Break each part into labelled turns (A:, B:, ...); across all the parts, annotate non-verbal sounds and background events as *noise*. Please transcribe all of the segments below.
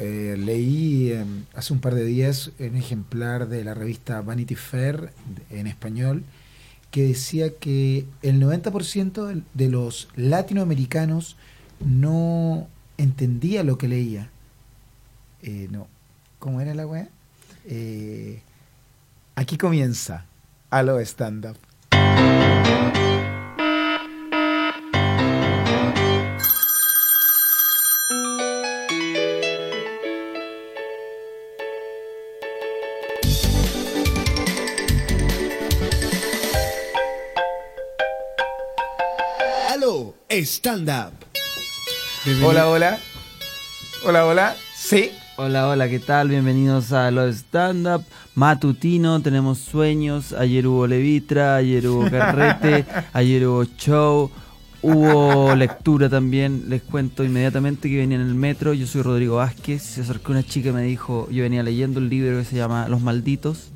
A: eh, leí eh, hace un par de días un ejemplar de la revista Vanity Fair en español que decía que el 90% de los latinoamericanos no entendía lo que leía. Eh, no, ¿cómo era la weá? Eh, aquí comienza a lo stand-up.
B: Aló, stand up.
A: Hola, hola. Hola, hola. Sí.
C: Hola, hola, ¿qué tal? Bienvenidos a los Stand Up Matutino. Tenemos sueños. Ayer hubo Levitra, ayer hubo Carrete, ayer hubo show, hubo lectura también. Les cuento inmediatamente que venía en el metro. Yo soy Rodrigo Vázquez. Se acercó una chica y me dijo: Yo venía leyendo un libro que se llama Los Malditos,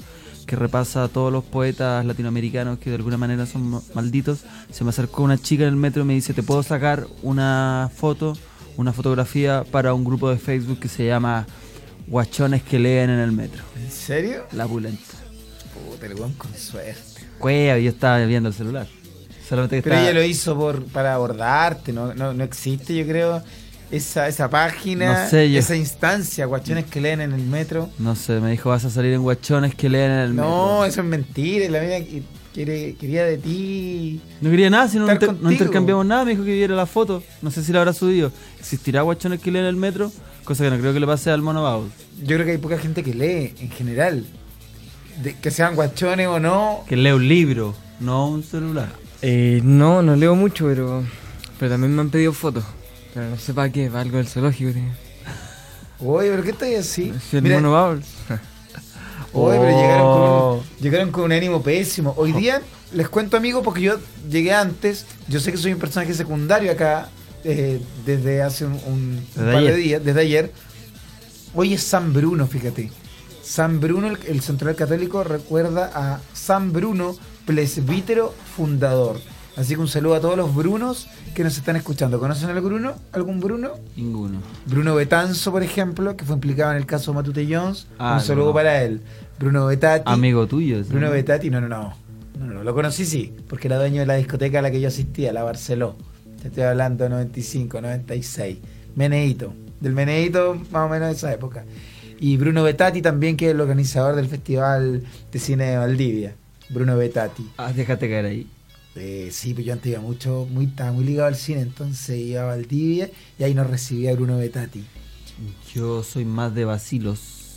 C: que repasa a todos los poetas latinoamericanos que de alguna manera son ma- malditos. Se me acercó una chica en el metro y me dice: ¿Te puedo sacar una foto? Una fotografía para un grupo de Facebook que se llama Guachones que leen en el metro.
A: ¿En serio?
C: La pulenta.
A: Puta, el weón con suerte.
C: Cueva, yo estaba viendo el celular. Solamente que
A: Pero
C: estaba-
A: ella lo hizo por, para abordarte, no, no, no existe, yo creo, esa, esa página,
C: No sé yo.
A: esa instancia, cuestiones que leen en el metro.
C: No sé, me dijo, vas a salir en Guachones que leen en el
A: No,
C: metro.
A: eso es mentira, la vida que- quiere, quería de ti.
C: No quería nada, si no,
A: Estar
C: inter- no
A: contigo.
C: intercambiamos nada, me dijo que viera la foto. No sé si la habrá subido. ¿Existirá Guachones que leen en el metro? Cosa que no creo que le pase al mono Baud.
A: Yo creo que hay poca gente que lee en general. De- que sean guachones o no.
C: Que lea un libro, no un celular.
D: Eh, no, no leo mucho, pero, pero también me han pedido fotos. Pero no sé para qué, para algo del zoológico. tío.
A: Oye, pero ¿qué estáis así?
D: Soy el
A: Mira,
D: mono Bowles.
A: Oye, pero llegaron
C: Oh.
A: con, llegaron con un ánimo pésimo. Hoy día les cuento, amigos, porque yo llegué antes. Yo sé que soy un personaje secundario acá eh, desde hace un, un
C: Desde
A: par de
C: ayer.
A: días, desde ayer. Hoy es San Bruno, fíjate. San Bruno, el, el central católico, recuerda a San Bruno, presbítero fundador. Así que un saludo a todos los Brunos que nos están escuchando. ¿Conocen al Bruno? ¿Algún Bruno?
C: Ninguno.
A: Bruno Betanzo, por ejemplo, que fue implicado en el caso Matute Jones.
C: Ah,
A: un saludo
C: no.
A: para él. Bruno Betati.
C: Amigo tuyo. ¿sí?
A: Bruno Betati, no, no, no. No, no, no. Lo conocí, sí, porque era dueño de la discoteca a la que yo asistía, la Barceló. Te estoy hablando de 95, 96. Meneito. Del Meneito, más o menos de esa época. Y Bruno Betati también, que es el organizador del Festival de Cine de Valdivia. Bruno Betati.
C: Ah, déjate caer ahí.
A: Eh, sí, pues yo antes iba mucho, muy, estaba muy ligado al cine, entonces iba a Valdivia y ahí nos recibía Bruno Betati.
C: Yo soy más
A: *laughs*
C: de vacilos.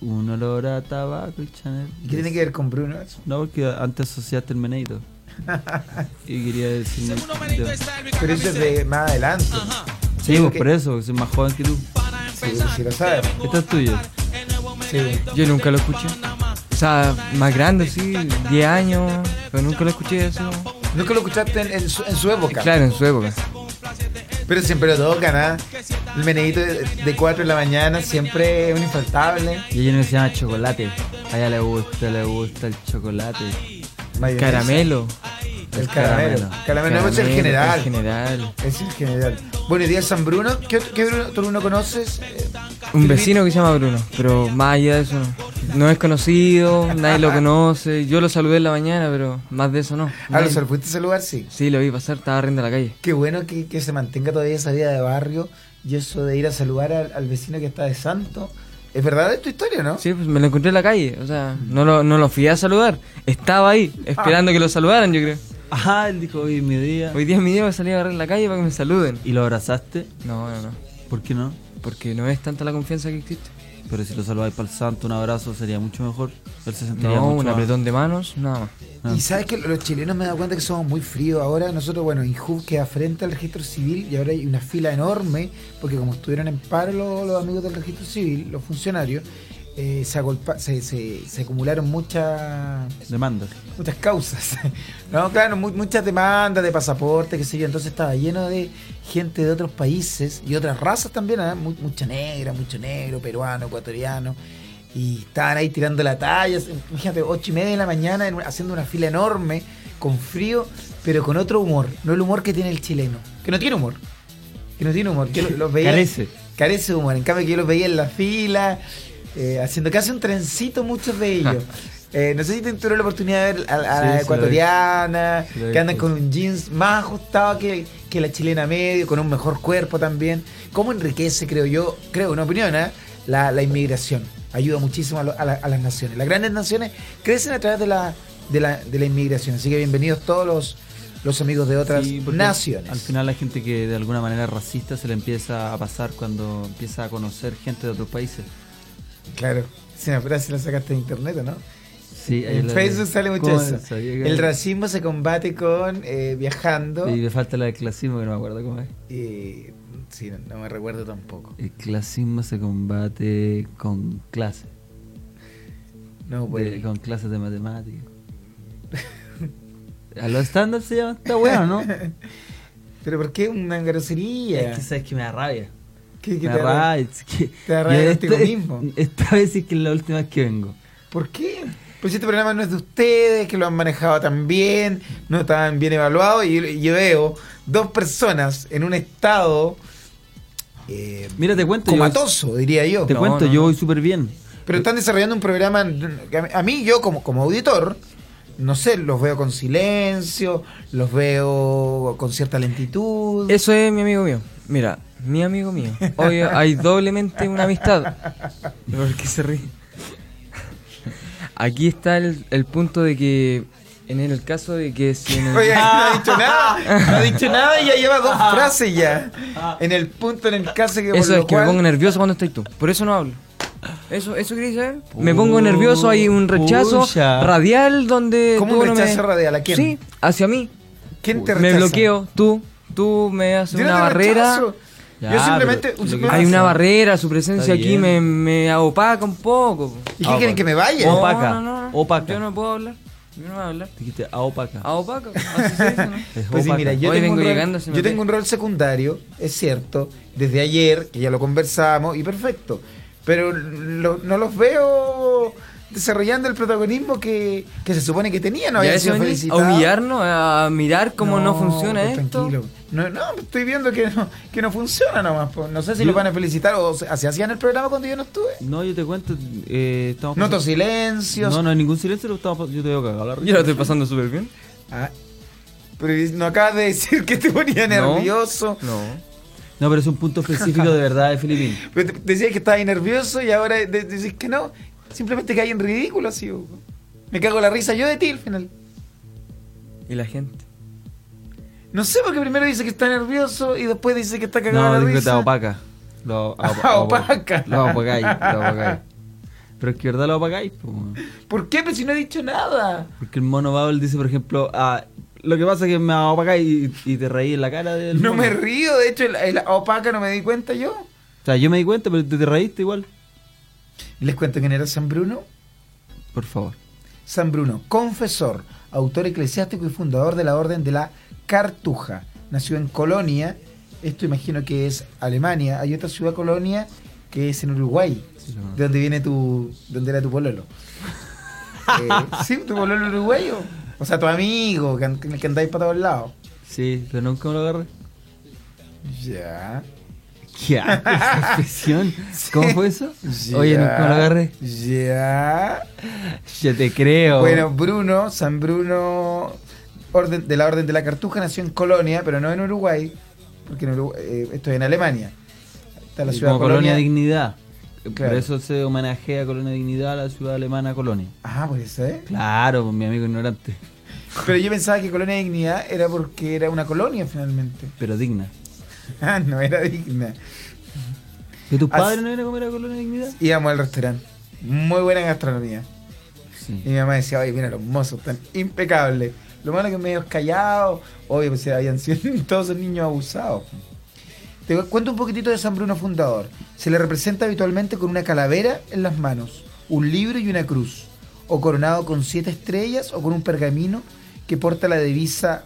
C: un olor a tabaco y Chanel.
A: ¿Y qué tiene que ver con Bruno eso?
C: No, porque antes asociaste
A: *laughs*
C: el meneito. y quería decir.
A: Pero eso es de más adelante.
C: Sí, vos
A: porque-
C: por eso, porque soy más joven que tú.
A: Sí, pues, si lo sabes.
C: Esto es tuyo.
A: Sí, pues.
D: Yo nunca lo escuché. O sea, más grande, sí, 10 años, pero nunca lo escuché eso.
A: Nunca lo escuchaste en, en su, en su época.
D: Claro, en su época.
A: Pero siempre lo tocan, ¿ah? El menedito de, de 4 de la mañana siempre es un infaltable.
C: Y hay uno que se llama chocolate. A ella le gusta, le gusta el chocolate.
A: Mayonesa.
D: Caramelo.
A: El caramelo. Caramelo,
C: Caramelo.
A: no es el
D: Caramelo,
A: general.
D: el general.
A: Es el general. Bueno, y día de San Bruno. ¿Qué, qué Bruno, tú Bruno conoces? Eh,
D: Un vecino que se llama Bruno, pero más allá de eso no. No es conocido,
A: *laughs*
D: nadie lo conoce. Yo lo saludé en la mañana, pero más de eso no.
A: Ah, ¿lo
D: Nadie-
A: sal- fuiste a ese lugar? Sí.
D: Sí, lo vi pasar, estaba riendo a la calle.
A: Qué bueno que, que se mantenga todavía esa vida de barrio y eso de ir a saludar al, al vecino que está de santo. Es verdad es tu historia, ¿no?
D: Sí, pues me lo encontré en la calle, o sea, no lo, no lo fui a saludar. Estaba ahí, esperando que lo saludaran, yo creo.
C: Ajá, él dijo hoy es mi día.
D: Hoy día mi día va a salir a agarrar en la calle para que me saluden.
C: ¿Y lo abrazaste?
D: No, no, no.
C: ¿Por qué no?
D: Porque no es tanta la confianza que existe.
C: Pero si lo saludáis para el santo, un abrazo sería mucho mejor. Él se sentiría
D: No,
C: mucho
D: un
C: más-
D: apretón de manos, nada más.
C: Ah.
A: Y sabes que los chilenos me he dado cuenta que somos muy fríos ahora. Nosotros, bueno, Inju queda frente al registro civil y ahora hay una fila enorme porque como estuvieron en paro los, los amigos del registro civil, los funcionarios, eh, se, agolpa- se, se- se acumularon muchas
C: Demandas.
A: muchas causas. *laughs* No, claro, mu- muchas demandas de pasaporte, qué sé yo. Entonces estaba lleno de gente de otros países y otras razas también, ¿ah? Mu- mucha negra, mucho negro, peruano, ecuatoriano. Y estaban ahí tirando la talla, fíjate, ocho y media de la mañana, en una- haciendo una fila enorme, con frío, pero con otro humor. No el humor que tiene el chileno, que no tiene humor. Que no tiene humor. Yo lo- los veía-
C: Carece.
A: Carece. Carece de humor. En cambio, que yo los veía en la fila, eh, haciendo casi un trencito muchos de
C: *laughs*
A: ellos. Eh, no sé si te tuvieron la oportunidad de ver a, a
C: Sí, sí lo
A: la
C: vi.
A: ecuatoriana,
C: Lo vi,
A: que andan
C: sí.
A: con un jeans más ajustado que, que la chilena medio, con un mejor cuerpo también. ¿Cómo enriquece, creo yo, creo, una opinión, ¿eh? la, la inmigración? Ayuda muchísimo a, lo- a la- a las naciones. Las grandes naciones crecen a través de la, de la, de la inmigración. Así que bienvenidos todos los, los amigos de otras
C: Sí, porque
A: naciones.
C: Al final la gente que de alguna manera es racista se le empieza a pasar cuando empieza a conocer gente de otros países.
A: Claro. Si una frase la sacaste de internet, ¿o ¿no?
C: Sí, ahí
A: en
C: la-
A: Facebook sale mucho
C: ¿Cómo
A: eso.
C: sabía que-
A: El racismo se combate con eh, viajando.
C: Y me falta la del clasismo que no me acuerdo cómo es.
A: Y sí, no, no me recuerdo tampoco.
C: El clasismo se combate con clases.
A: No,
C: de-
A: pues.
C: con clases de matemáticas. *laughs* A los estándares se llama esta weá,
A: *laughs*
C: ¿no?
A: Pero ¿por qué una grosería?
C: Es que sabes que me da rabia.
A: ¿Qué- qué
C: me
A: te
C: da
A: da-
C: rabia. es que-
A: te da rabia
C: yo
A: contigo
C: esta- *laughs*
A: mismo.
C: Esta vez sí que es la última vez que vengo.
A: ¿Por qué? Pues este programa no es de ustedes, que lo han manejado tan bien, no están bien evaluados. Y y yo veo dos personas en un estado. eh,
C: Mira, te cuento. yo-
A: comatoso, diría yo.
C: te
D: No,
C: cuento,
D: no,
C: yo
D: no.
C: voy súper bien.
A: Pero están desarrollando un programa. A mí, yo como, como auditor, no sé, los veo con silencio, los veo con cierta lentitud.
D: Eso es mi amigo mío. Mira, mi amigo mío. Hoy hay doblemente una amistad. ¿Por qué se ríe? Aquí está el, el punto de que, en el caso de que si en
A: *laughs*
D: el-
A: Oye, no ha dicho nada, no ha dicho nada y ya lleva dos frases ya. En el punto, en el caso que por
D: Ah. Eso
A: lo
D: es que me
A: cual-
D: pongo nervioso cuando estás tú. Por eso no hablo. Eso, eso quería saber. me pongo nervioso, hay un rechazo
C: Pucha.
D: radial donde.
A: ¿Cómo
D: tú
A: un
D: no me-
A: rechazo radial? ¿A quién?
D: Sí, hacia mí.
A: ¿Quién te
D: Me
A: rechaza?
D: bloqueo, tú. Tú me haces
A: Yo no
D: una
A: te
D: barrera.
A: rechazo.
C: Ya,
A: yo simplemente.
C: pero lo que
A: simplemente-
D: Hay una
C: Pasa.
D: barrera, su presencia
C: Está
D: aquí me,
C: bien.
D: me opaca un poco.
A: ¿Y qué quieren que me vaya?
D: No,
C: Opaca,
D: no, no, no.
C: opaca.
D: Yo no puedo hablar. Yo no voy a hablar.
C: Dijiste a opaca.
D: A opaca. Así
A: *laughs*
D: se dice, ¿no?
C: Es
A: Pues sí,
C: opaca.
A: mira, yo,
D: Hoy
A: tengo,
D: vengo
A: un rol,
D: llegando, se me
A: yo
D: ve.
A: tengo un rol secundario, es cierto, desde ayer, que ya lo conversamos, y perfecto. Pero lo- no los veo desarrollando el protagonismo que, que se supone que tenían, no
D: ¿Y a
A: había
D: eso
A: sido
D: venís? ¿A
A: felicitado.
D: humillarnos? ¿A mirar cómo no, funciona
A: pues,
D: esto?
A: Tranquilo. No, no, estoy viendo que no, que no funciona nomás. po. No sé si lo van a felicitar o se se hacían el programa cuando yo no estuve.
C: No, yo te cuento. Eh, estamos
A: Noto
D: pues,
C: pasando-
A: silencios.
C: No, no, ningún silencio. lo estamos pas- Yo te veo cagado. la
D: Yo
C: risa.
D: la estoy pasando súper bien.
A: Ah, pero no acabas de decir que te ponía
D: No.
A: nervioso.
D: No.
C: No, pero es un punto específico de verdad
A: *laughs*
C: de Filipín.
A: Pero te- Decías que estabas nervioso y ahora de- decís que no. Simplemente caí en ridículo así. bo. Me cago la risa yo de ti al final.
D: ¿Y la gente?
A: No sé porque primero dice que está nervioso y después dice que está cagado
C: No,
A: la
C: digo que te
A: risa.
C: opaca.
A: *laughs*
C: Lo
A: Ah, opaca.
C: Lo opacáis, lo opacáis. Pero es que verdad lo opacáis. po, weón.
A: ¿Por qué? Pero si no he dicho nada.
C: Porque el mono Babel dice, por ejemplo, ah, lo que pasa es que me opacáis y, y te reí en la cara del
A: No
C: mono.
A: me río, de hecho, el- el opaca no me di cuenta yo.
C: O sea, yo me di cuenta, pero te, te reíste igual.
A: Les cuento quién era San Bruno.
C: Por favor.
A: San Bruno, confesor, autor eclesiástico y fundador de la Orden de la Cartuja. Nació en Colonia, esto imagino que es Alemania. Hay otra ciudad Colonia que es en Uruguay,
C: Sí, lo conozco.
A: de donde viene tu, donde era tu
C: *laughs*
A: pololo. Eh, sí, tu pololo uruguayo. O sea, tu amigo, que, an- que andáis para todos lados.
C: Sí, pero nunca me lo agarré.
A: Ya.
C: ¿Qué asco, esa *laughs* expresión? ¿Cómo fue eso?
A: ya,
C: Oye, nunca me lo agarré.
A: Ya.
C: Yo te creo.
A: Bueno, Bruno, San Bruno orden, de la Orden de la Cartuja nació en Colonia, pero no en Uruguay, porque en Urugu- eh, esto es en Alemania. Está la
C: Y
A: ciudad
C: como
A: Colonia.
C: Colonia Dignidad. Por
A: Claro.
C: eso se homenajea a Colonia Dignidad a la ciudad alemana Colonia.
A: Ah, por eso, ¿eh?
C: Claro, pues, mi amigo ignorante,
A: Pero yo pensaba que Colonia Dignidad era porque era una colonia finalmente. *laughs*
C: pero digna.
A: Ah, no era digna.
C: ¿Que tus
A: As-
C: padres no iban a comer a Colonia Dignidad?
A: Íbamos al restaurante. Muy buena gastronomía.
C: Sí.
A: Y mi mamá decía, oye, mira, los mozos están impecables. Lo malo que medio callados. Obvio, pues habían *laughs* sido todos esos niños abusados. pues". Te cuento un poquitito de San Bruno Fundador. Se le representa habitualmente con una calavera en las manos, un libro y una cruz, o coronado con siete estrellas o con un pergamino que porta la divisa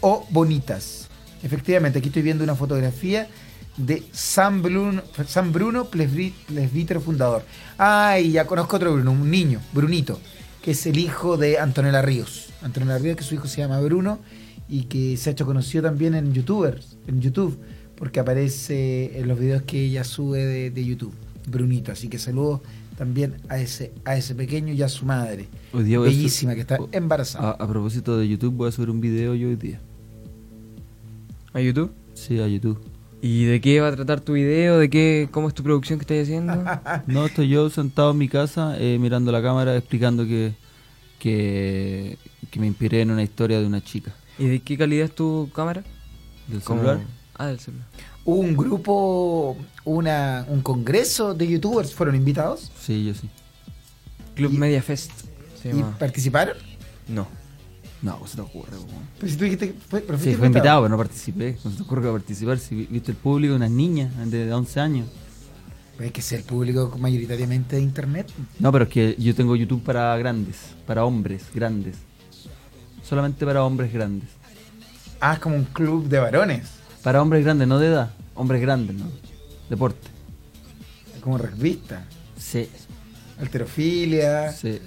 A: o bonitas. Efectivamente, aquí estoy viendo una fotografía de San Bruno, San Bruno plesbri- presbítero fundador. Ay, ya conozco otro Bruno, un niño, Brunito, que es el hijo de Antonella Ríos. Antonella Ríos, que su hijo se llama Bruno y que se ha hecho conocido también en YouTubers, en YouTube, porque aparece en los videos que ella sube de, de YouTube, Brunito. Así que saludos también a ese, a ese pequeño y a su madre,
C: Hoy día voy a su-
A: bellísima, que está
C: o-
A: embarazada.
C: A, a propósito de YouTube, voy a subir un video yo hoy día.
D: ¿A YouTube?
C: Sí, a YouTube.
D: ¿Y de qué va a tratar tu video? ¿De qué? ¿Cómo es tu producción que
A: *laughs*
D: estás haciendo?
C: No, estoy yo sentado en mi casa eh, mirando la cámara explicando que, que, que me inspiré en una historia de una chica
D: ¿Y de qué calidad es tu cámara?
C: del
D: Como-
C: celular.
D: Ah, del celular.
A: Hubo un grupo, una, un congreso de youtubers, fueron invitados
C: Sí, yo sí.
D: Club Media Fest. Se
A: y
D: llama.
A: participaron.
D: No.
C: No, pues se te ocurre. po.
A: Pero si tú dijiste que fue, pero
C: Sí,
A: fuiste
C: fue invitado, pero no participé. No se te ocurre que participar. Si vi- viste el público, unas niñas de 11 años.
A: Hay que ser público mayoritariamente de internet.
C: No, pero es que yo tengo YouTube para grandes, para hombres grandes. Solamente para hombres grandes.
A: Ah, es como un club de varones,
C: Para hombres grandes, no de edad. Hombres grandes, ¿no? Deporte.
A: como revista,
C: Sí,
A: alterofilia.
C: sí.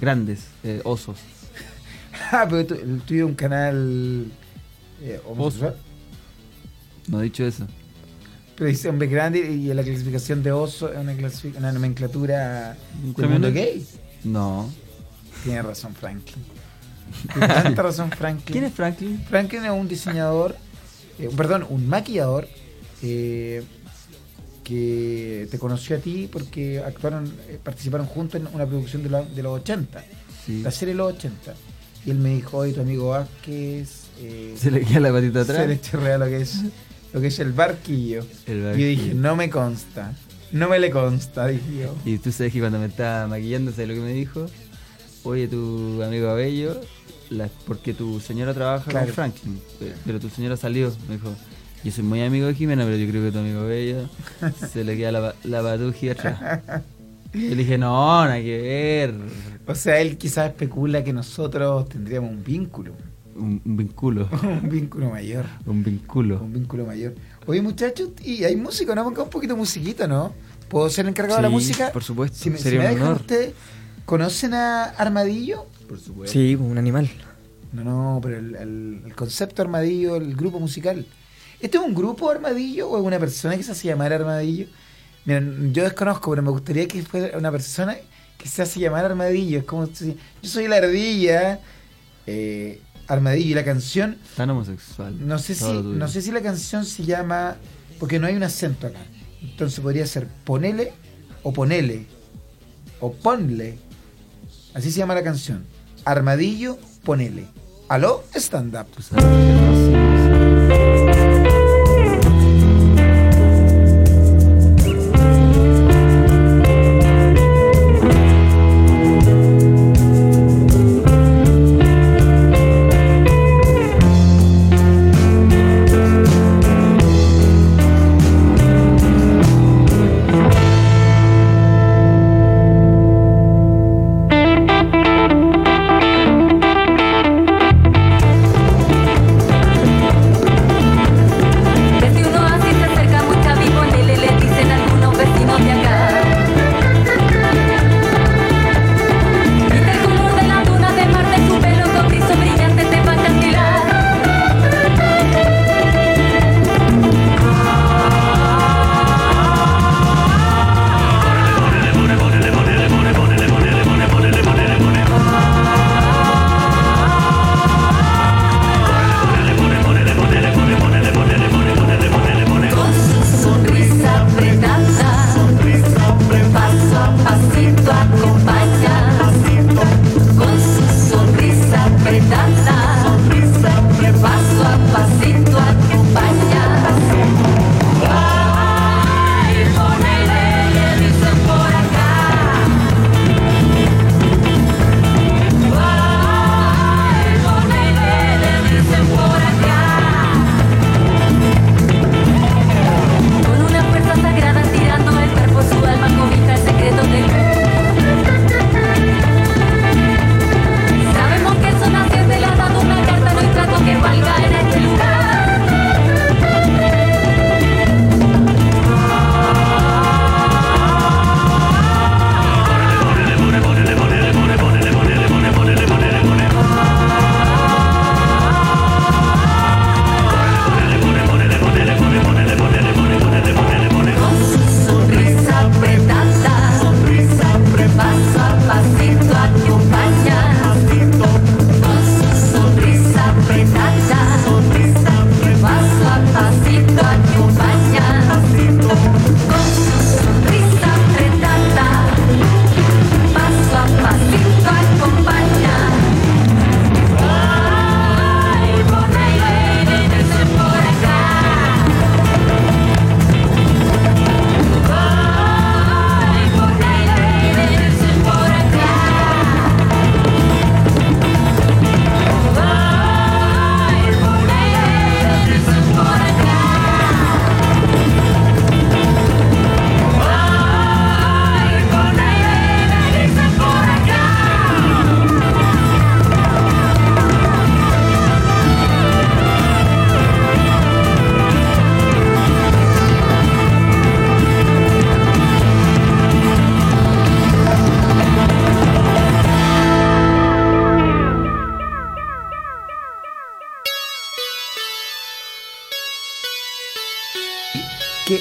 C: Grandes, eh, osos.
A: *laughs* Ah, pero tú, el tuyo es un canal eh, homosexual.
C: No he dicho eso.
A: Pero dice hombre grande y la clasificación de oso es una, clasific- una nomenclatura del
C: También
A: mundo
C: es-
A: gay.
C: No.
A: Tiene razón Franklin. Tiene tanta
C: *laughs*
A: razón Franklin.
C: ¿Quién es Franklin?
A: Franklin es un diseñador, eh, perdón, un maquillador eh, que te conoció a ti porque actuaron, eh, participaron juntos en una producción de, la- de los 80,
C: Sí.
A: la serie de los 80. Y él me dijo, oye, tu amigo Vázquez, eh,
C: Se le queda la patita
A: se
C: atrás.
A: le chorrea lo que
C: *laughs*
A: es, lo que es el barquillo.
C: El
A: Y
C: barquillo.
A: yo dije, no me consta, no me le consta, dije
C: *laughs*
A: yo.
C: Y tú sabes que cuando me estaba maquillando, ¿sabes lo que me dijo? Oye, tu amigo Abello, la- porque tu señora trabaja
A: Claro.
C: con Franklin, pe- pero tu señora salió. Me dijo, yo soy muy amigo de Jimena, pero yo creo que tu
A: *laughs*
C: amigo Abello se le queda la, pa- la patuji atrás. Yo le dije, no, nada que ver.
A: O sea, él quizás especula que nosotros tendríamos un vínculo, *laughs*
C: Un, un vinculo,
A: un vínculo mayor.
C: un vinculo.
A: Un vínculo mayor. Oye, muchachos, y hay músico, ¿no? Pongamos un poquito de musiquita, ¿no? ¿Puedo ser el encargado de la
D: Sí,
A: música?
D: por supuesto,
A: Si me, si
D: sería
A: me
D: un
A: dejan
D: honor.
A: ustedes, ¿conocen a Armadillo?
C: Por supuesto.
D: Sí, un animal.
A: No, no, pero el, el- el concepto Armadillo, el grupo musical. ¿Este es un grupo Armadillo o es una persona que se hace llamar Armadillo? Miren, yo desconozco, pero me gustaría que fuera una persona que se hace llamar Armadillo. Es como si yo soy la ardilla, eh, Armadillo, y la canción
C: Tan homosexual.
A: No sé, si,
C: Todo lo tuyo.
A: no sé si la canción se llama. Porque no hay un acento acá. Entonces podría ser ponele o ponele. O ponle. Así se llama la canción. Armadillo, ponele. Aló, stand up.
C: Tú sabes que no sé.
E: Armadillo,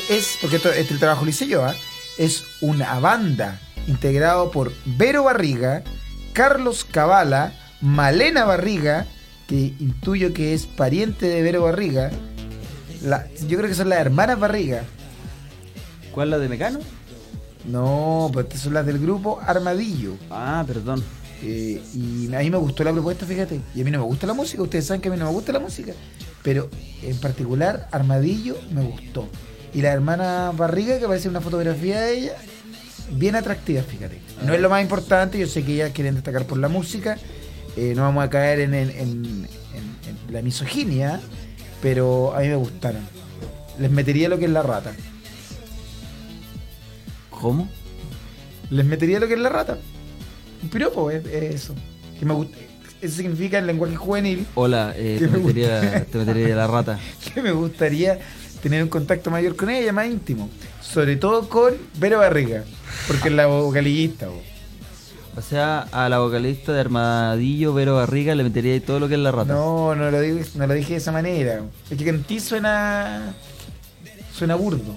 A: es, porque esto, este trabajo lo hice yo, ¿ah? es una banda integrado por Vero Barriga, Carlos Cabala, Malena Barriga, que intuyo que es pariente de Vero Barriga. La- yo creo que son las hermanas Barriga.
C: ¿Cuál la de Mecano?
A: No, pero estas son las del grupo Armadillo.
C: Ah, perdón.
A: Eh, y a mí me gustó la propuesta, fíjate. Y a mí no me gusta la música, ustedes saben que a mí no me gusta la música. Pero en particular, Armadillo me gustó. Y la hermana Barriga, que aparece en una fotografía de ella, bien atractiva, fíjate. No es lo más importante, yo sé que ellas quieren destacar por la música. eh, no vamos a caer en, en- en- en- en la misoginia, pero a mí me gustaron. Les metería lo que es la rata.
C: ¿Cómo?
A: Les metería lo que es la rata. Un piropo es, es eso. Que me gusta. Eso significa el lenguaje juvenil *laughs*
C: Hola, eh,
A: Que
C: te,
A: me
C: metería,
A: gusta.
C: te metería la rata.
A: que me gustaría tener un contacto mayor con ella, más íntimo. Sobre todo con Vero Barriga, porque es la vocalista. bo.
C: O sea, a la vocalista de Armadillo, Vero Barriga, le metería ahí todo lo que es la rata.
A: No, no lo, digo, no lo dije de esa manera. Es que en ti suena. Suena burdo.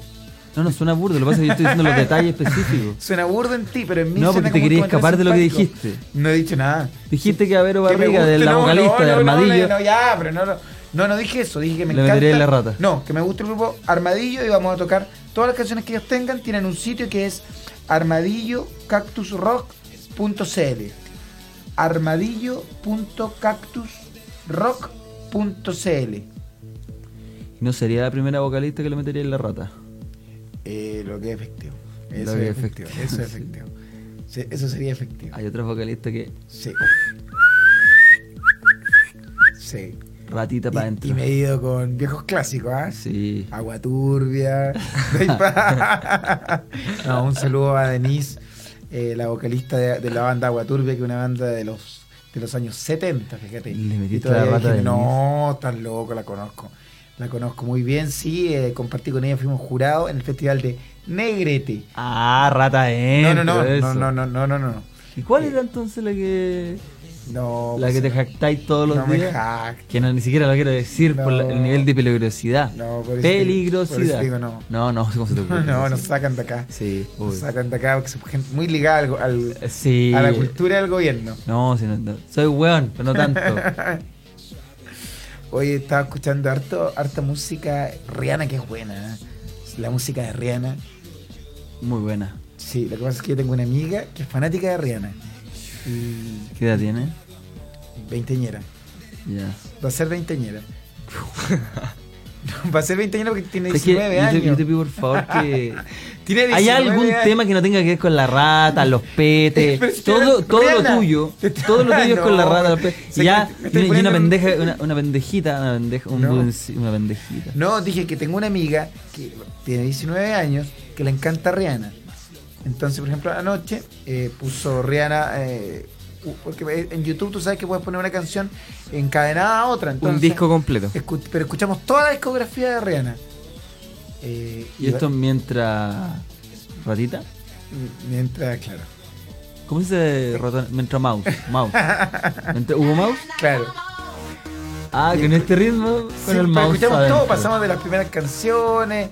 C: No, no, suena burdo, lo que pasa es que yo estoy diciendo los detalles específicos.
A: Suena burdo en ti, pero en mí
C: No,
A: suena
C: porque te
A: como un
C: querías
A: comentario
C: escapar de lo que
A: simpático.
C: dijiste.
A: No he dicho nada.
C: Dijiste que a Vero
A: Que me
C: Barriga, de
A: guste,
C: la
A: no,
C: vocalista
A: no,
C: de
A: no, no,
C: Armadillo,
A: No, ya, pero no, no, no, no dije eso. Dije que me
C: Le
A: encanta.
C: metería en la rata.
A: No, que me gusta el grupo Armadillo y vamos a tocar todas las canciones que ellos tengan. Tienen un sitio que es armadillocactusrock.cl armadillo.cactusrock.cl
C: no sería la primera vocalista que le metería en la rata.
A: Eh, Lo que es efectivo.
C: Lo
A: Eso
C: que
A: es
C: es
A: efectivo.
C: efectivo.
A: Eso es efectivo. Sí, Eso sería efectivo.
C: Hay otras vocalistas que
A: Sí. Sí.
C: ratita para
A: Y,
C: adentro.
A: y me he ido con viejos clásicos, ¿ah?
C: Sí.
A: Agua turbia. *laughs* Day Pa- No, un saludo a Denise, eh, la vocalista de, de la banda Agua Turbia, que es una banda de los de los años 70, fíjate.
C: Le metiste
A: Y todavía
C: la
A: hay
C: pata a
A: gente,
C: Denise.
A: No, tan loco, la conozco. La conozco muy bien, sí. eh, compartí con ella, fuimos jurados en el festival de Negrete.
C: Ah, rata
A: No, no,
C: adentro.
A: no,
C: eso.
A: no, no, no, no, no, no.
C: ¿Y cuál era entonces la que,
A: No,
C: la que te
A: pues,
C: jactáis todos los
A: no me
C: días?
A: jacto.
C: que no, ni siquiera lo quiero decir por la-
A: No.
C: el nivel de peligrosidad.
A: No, por eso te- por eso
C: peligrosidad.
A: te digo no.
C: no, no, ¿cómo
A: *laughs*
C: se te
A: *laughs*
C: ocurre?
A: No, nos sacan de acá.
C: Sí,
A: Nos
C: uy.
A: sacan de acá porque somos gente muy ligada al, go- al-
C: Sí.
A: a la cultura del gobierno.
C: No, sí, no, no. soy weón, pero no tanto.
A: *laughs* Hoy estaba escuchando harto, harta música Rihanna, que es buena. ¿eh? La música de Rihanna.
C: Muy buena.
A: Sí, lo que pasa es que yo tengo una amiga que es fanática de Rihanna. Y
C: ¿Qué edad tiene?
A: veinteñera.
C: Ya.
A: Va a ser veinteñera. *laughs* Va a ser veinteñera porque tiene
C: Es que yo
A: 19
C: te,
A: años.
C: yo te pido por favor
A: *laughs*
C: que...
A: Tiene
C: ¿Hay
A: 19
C: algún
A: años.
C: tema que no tenga que ver con la rata, los
A: *laughs*
C: petes?
A: Pero si
C: todo
A: eres
C: todo
A: Rihanna.
C: lo tuyo,
A: *laughs* Te estoy-
C: todo lo tuyo es con la
A: No,
C: rata, los
A: sé
C: petes.
A: que
C: Y ya,
A: me
C: y
A: estoy
C: una, y una
A: poniendo en-
C: pendeja, una, una pendejita, una pendeja, un
A: No.
C: dulce- una pendejita.
A: No, dije que tengo una amiga que tiene 19 años que le encanta Rihanna. Entonces, por ejemplo, anoche eh, puso Rihanna. eh, u- porque en YouTube tú sabes que puedes poner una canción encadenada a otra. Entonces,
D: Un disco completo.
A: escu- pero escuchamos toda la discografía de Rihanna. Eh,
C: Y esto mientras... ¿Ratita?
A: mm, Mientras, claro.
C: ¿Cómo se dice ratón? Mientras mouse.
A: *laughs*
C: Mouse. Mientras, ¿Hubo mouse?
A: Claro.
C: Ah, con este ritmo, con
A: Sí,
C: el
A: pero
C: mouse.
A: escuchamos
C: adentro.
A: todo, pasamos de las primeras canciones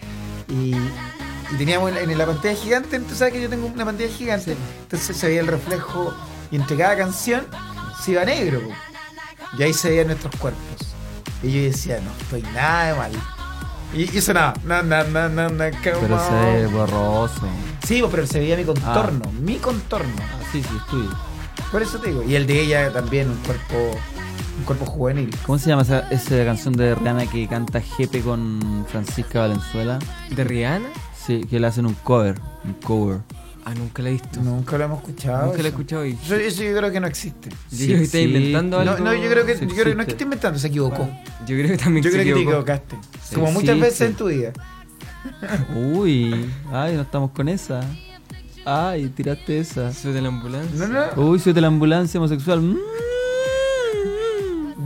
A: y, y teníamos en, en la pantalla gigante, tú sabes que yo tengo una pantalla gigante, entonces se veía el reflejo y entre cada canción se iba negro. po. Y ahí se veían nuestros cuerpos. Y yo decía, no estoy nada de mal. Y, y sonaba, na, na, na, na, na, come
C: Pero se
A: on.
C: ve borroso.
A: Sí, po, pero se veía mi contorno, mi contorno.
C: Ah, sí, sí, estoy.
A: Por eso te digo. Y el de ella también, un cuerpo, un cuerpo juvenil.
C: ¿Cómo se llama esa, esa canción de Rihanna que canta Jepe con Francisca Valenzuela?
D: ¿De Rihanna?
C: Sí, que le hacen un cover. Un cover.
D: Ah, nunca la he visto.
A: Nunca lo hemos escuchado.
D: Nunca la he
A: eso.
D: escuchado y...
A: Eso, eso yo creo que no existe.
C: Sí,
D: Sí, yo estoy
C: sí.
D: inventando
A: No,
D: algo.
A: no, yo creo que,
C: sí
A: yo creo que no
C: existe.
A: es que esté inventando, se equivocó.
D: Yo creo que también
A: Yo
D: se
A: creo que te
D: equivocó.
A: equivocaste. Como muchas
C: existe.
A: veces en tu vida.
C: Uy, ay, no estamos con esa. Ay, tiraste esa.
D: Soy de la
A: No,
D: ambulancia.
A: no.
C: Uy, soy de la ambulancia homosexual. Mm.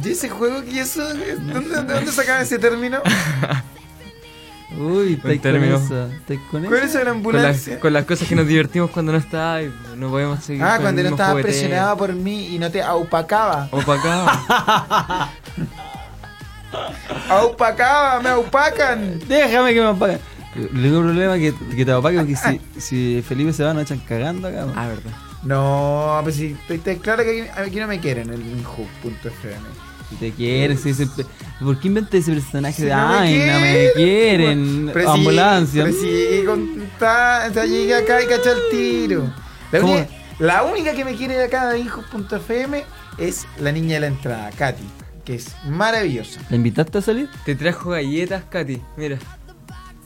A: ¿Y ese juego que eso? ¿Dónde, dónde sacaban ese
D: *laughs*
A: término?
C: Uy, estáis con
D: término.
C: esa. ¿Estáis con
A: ¿Cuál es
C: esa?
A: la
D: *laughs* Con las,
A: ambulancia?
D: con las cosas que nos divertimos cuando no estaba y no podemos seguir.
A: Ah,
D: con
A: cuando
D: el
A: no
D: mismo
A: estabas
D: jugueteo.
A: presionada por mí y no te aupacaba.
D: O para acá.
A: ¡Aupacaba! ¡Me aupacan!
C: Déjame que me apaguen. El único problema es que, que te apaguen que si, si Felipe se va nos echan cagando acá. weón.
D: Ah, verdad.
A: No, pues si te, te- claro que aquí, aquí no me quieren el Minhook.fm.
C: Si te quieren, si ese pe- ¿por qué inventé ese personaje
A: Si
C: de
A: no me
C: ay, no me
A: quieren,
C: quieren?
A: Pero sí,
C: ambulancia.
A: pero sí, con- está- o sea, llegué acá y caché el tiro. La
C: ¿Cómo?
A: única, la única que me quiere de acá de Hijos.fm es la niña de la entrada, Katy, que es maravillosa.
C: ¿La invitaste a salir?
D: Te trajo galletas, Katy. Mira.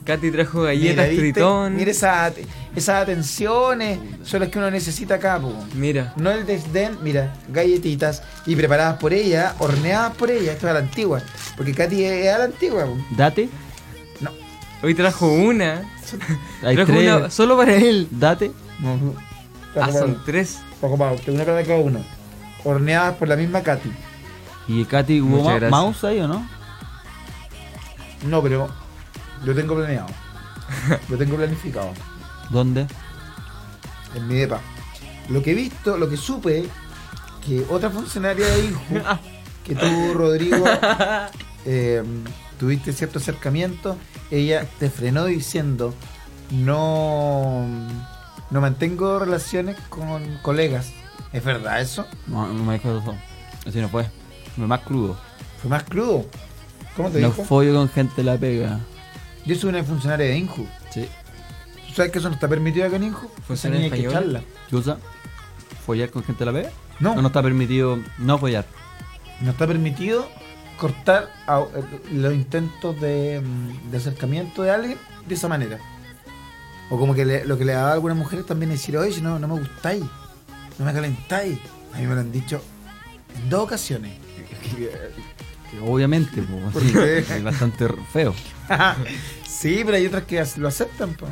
D: Katy trajo
A: Mira,
D: galletas
A: ¿viste?
D: Tritón.
A: Mira esa at- esas atenciones son las que uno necesita acá, po.
D: Mira.
A: No el desdén, mira, galletitas y preparadas por ella, horneadas por ella, esto es a la antigua, porque Katy es a la antigua, po.
C: Date.
D: Hoy trajo una.
C: Hay
D: trajo
C: tres.
D: una solo para él.
C: Date.
D: Ah, son tres.
A: Poco más, que una para cada uno. Horneadas por la misma Katy.
C: Y Katy, ¿hubo
D: Muchas
C: ma-
D: gracias.
C: mouse ahí o no?
A: No, pero lo tengo planeado. lo tengo planificado.
C: ¿Dónde?
A: En mi depa. Lo que he visto, lo que supe, que otra funcionaria de Inju, que tú, Rodrigo, eh, tuviste cierto acercamiento, ella te frenó diciendo, no, no mantengo relaciones con colegas. ¿Es verdad eso?
C: No, no me dijo eso. Así no fue. Fue más crudo.
A: Fue más crudo. ¿Cómo te
C: No
A: dijo?
C: follo con gente de la pega.
A: Yo soy una funcionaria de Inju.
C: Sí.
A: ¿Tú sabes que eso no está permitido acá en Inju?
D: ¿Funcionaria
A: Tenía que
D: española?
A: echarla.
C: ¿Yusa? ¿Follar con gente de la pega?
A: No,
C: No, no está permitido no follar.
A: no está permitido cortar a- eh, los intentos de, mm, de acercamiento de alguien de esa manera. O como que le- lo que le da a algunas mujeres también es decir, oye, si no, no me gustáis, no me calentáis. A mí me lo han dicho en dos ocasiones.
C: Que Obviamente, po,
A: ¿Por
C: sí,
A: qué?
C: *laughs* es bastante r- feo.
A: sí, pero hay otras que as- lo aceptan. po.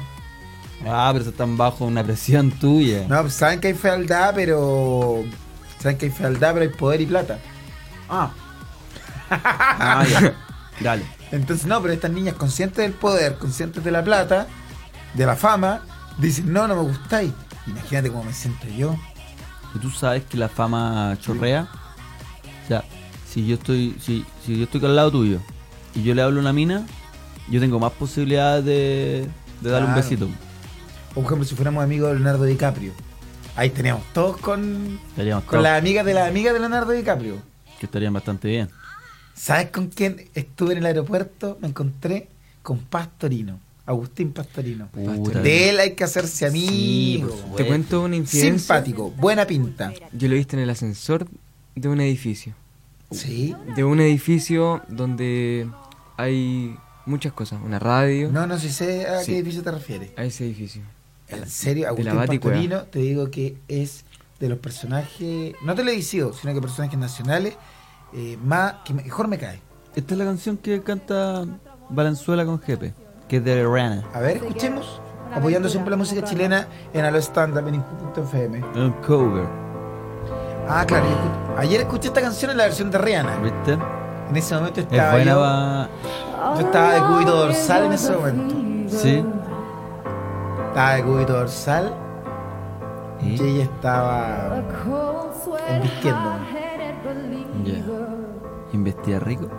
C: Ah, pero eso está bajo una presión tuya.
A: No, pues, saben que hay fealdad, pero... Saben que hay fealdad, pero hay poder y plata. Ah,
C: Ah, ya. *laughs* Dale.
A: Entonces, no, pero estas niñas conscientes del poder, conscientes de la plata, de la fama, dicen, no, no me gustáis. Imagínate cómo me siento yo.
C: ¿Y tú sabes que la fama chorrea? O sea, si yo estoy, si, si yo estoy al lado tuyo y yo le hablo a una mina, yo tengo más posibilidades de, de darle un
A: Claro.
C: besito.
A: O por ejemplo, si fuéramos amigos de Leonardo DiCaprio. Ahí teníamos todos con,
C: Estaríamos
A: con
C: todos-
A: las amigas de las amigas de Leonardo DiCaprio.
C: Que estarían bastante bien.
A: ¿Sabes con quién estuve en el aeropuerto? Me encontré con Pastorino, Agustín Pastorino.
C: Puta.
A: De él hay que hacerse
C: Sí,
A: amigo.
C: por supuesto.
D: Te
C: Bueno.
D: cuento una incidencia.
A: Simpático, buena pinta.
D: Yo lo he visto en el ascensor de un edificio.
A: Sí.
D: De un edificio donde hay muchas cosas. Una radio.
A: No, no sé si sé a
D: Sí.
A: qué edificio te refieres.
D: A ese edificio.
A: En serio, Agustín
D: Baticueva.
A: Pastorino, te digo que es de los personajes, no televisivos, sino que personajes nacionales, eh, más, que mejor me cae.
C: Esta es la canción que canta Valenzuela con Jepe, que es de Rihanna.
A: A ver, escuchemos, apoyando siempre la música chilena en Alo Stand Up en Incu.fm.
C: Un cover,
A: Ah, claro, yo escu- ayer escuché esta canción en la versión de Rihanna.
C: ¿viste?
A: En ese momento
C: Es
A: estaba
C: buena
A: yo,
C: va-
A: yo estaba de cubito dorsal en ese momento.
C: Sí.
A: Estaba de cubito dorsal y
C: ¿Y?
A: ella estaba embistiéndome.
C: Ya. Investiga rico.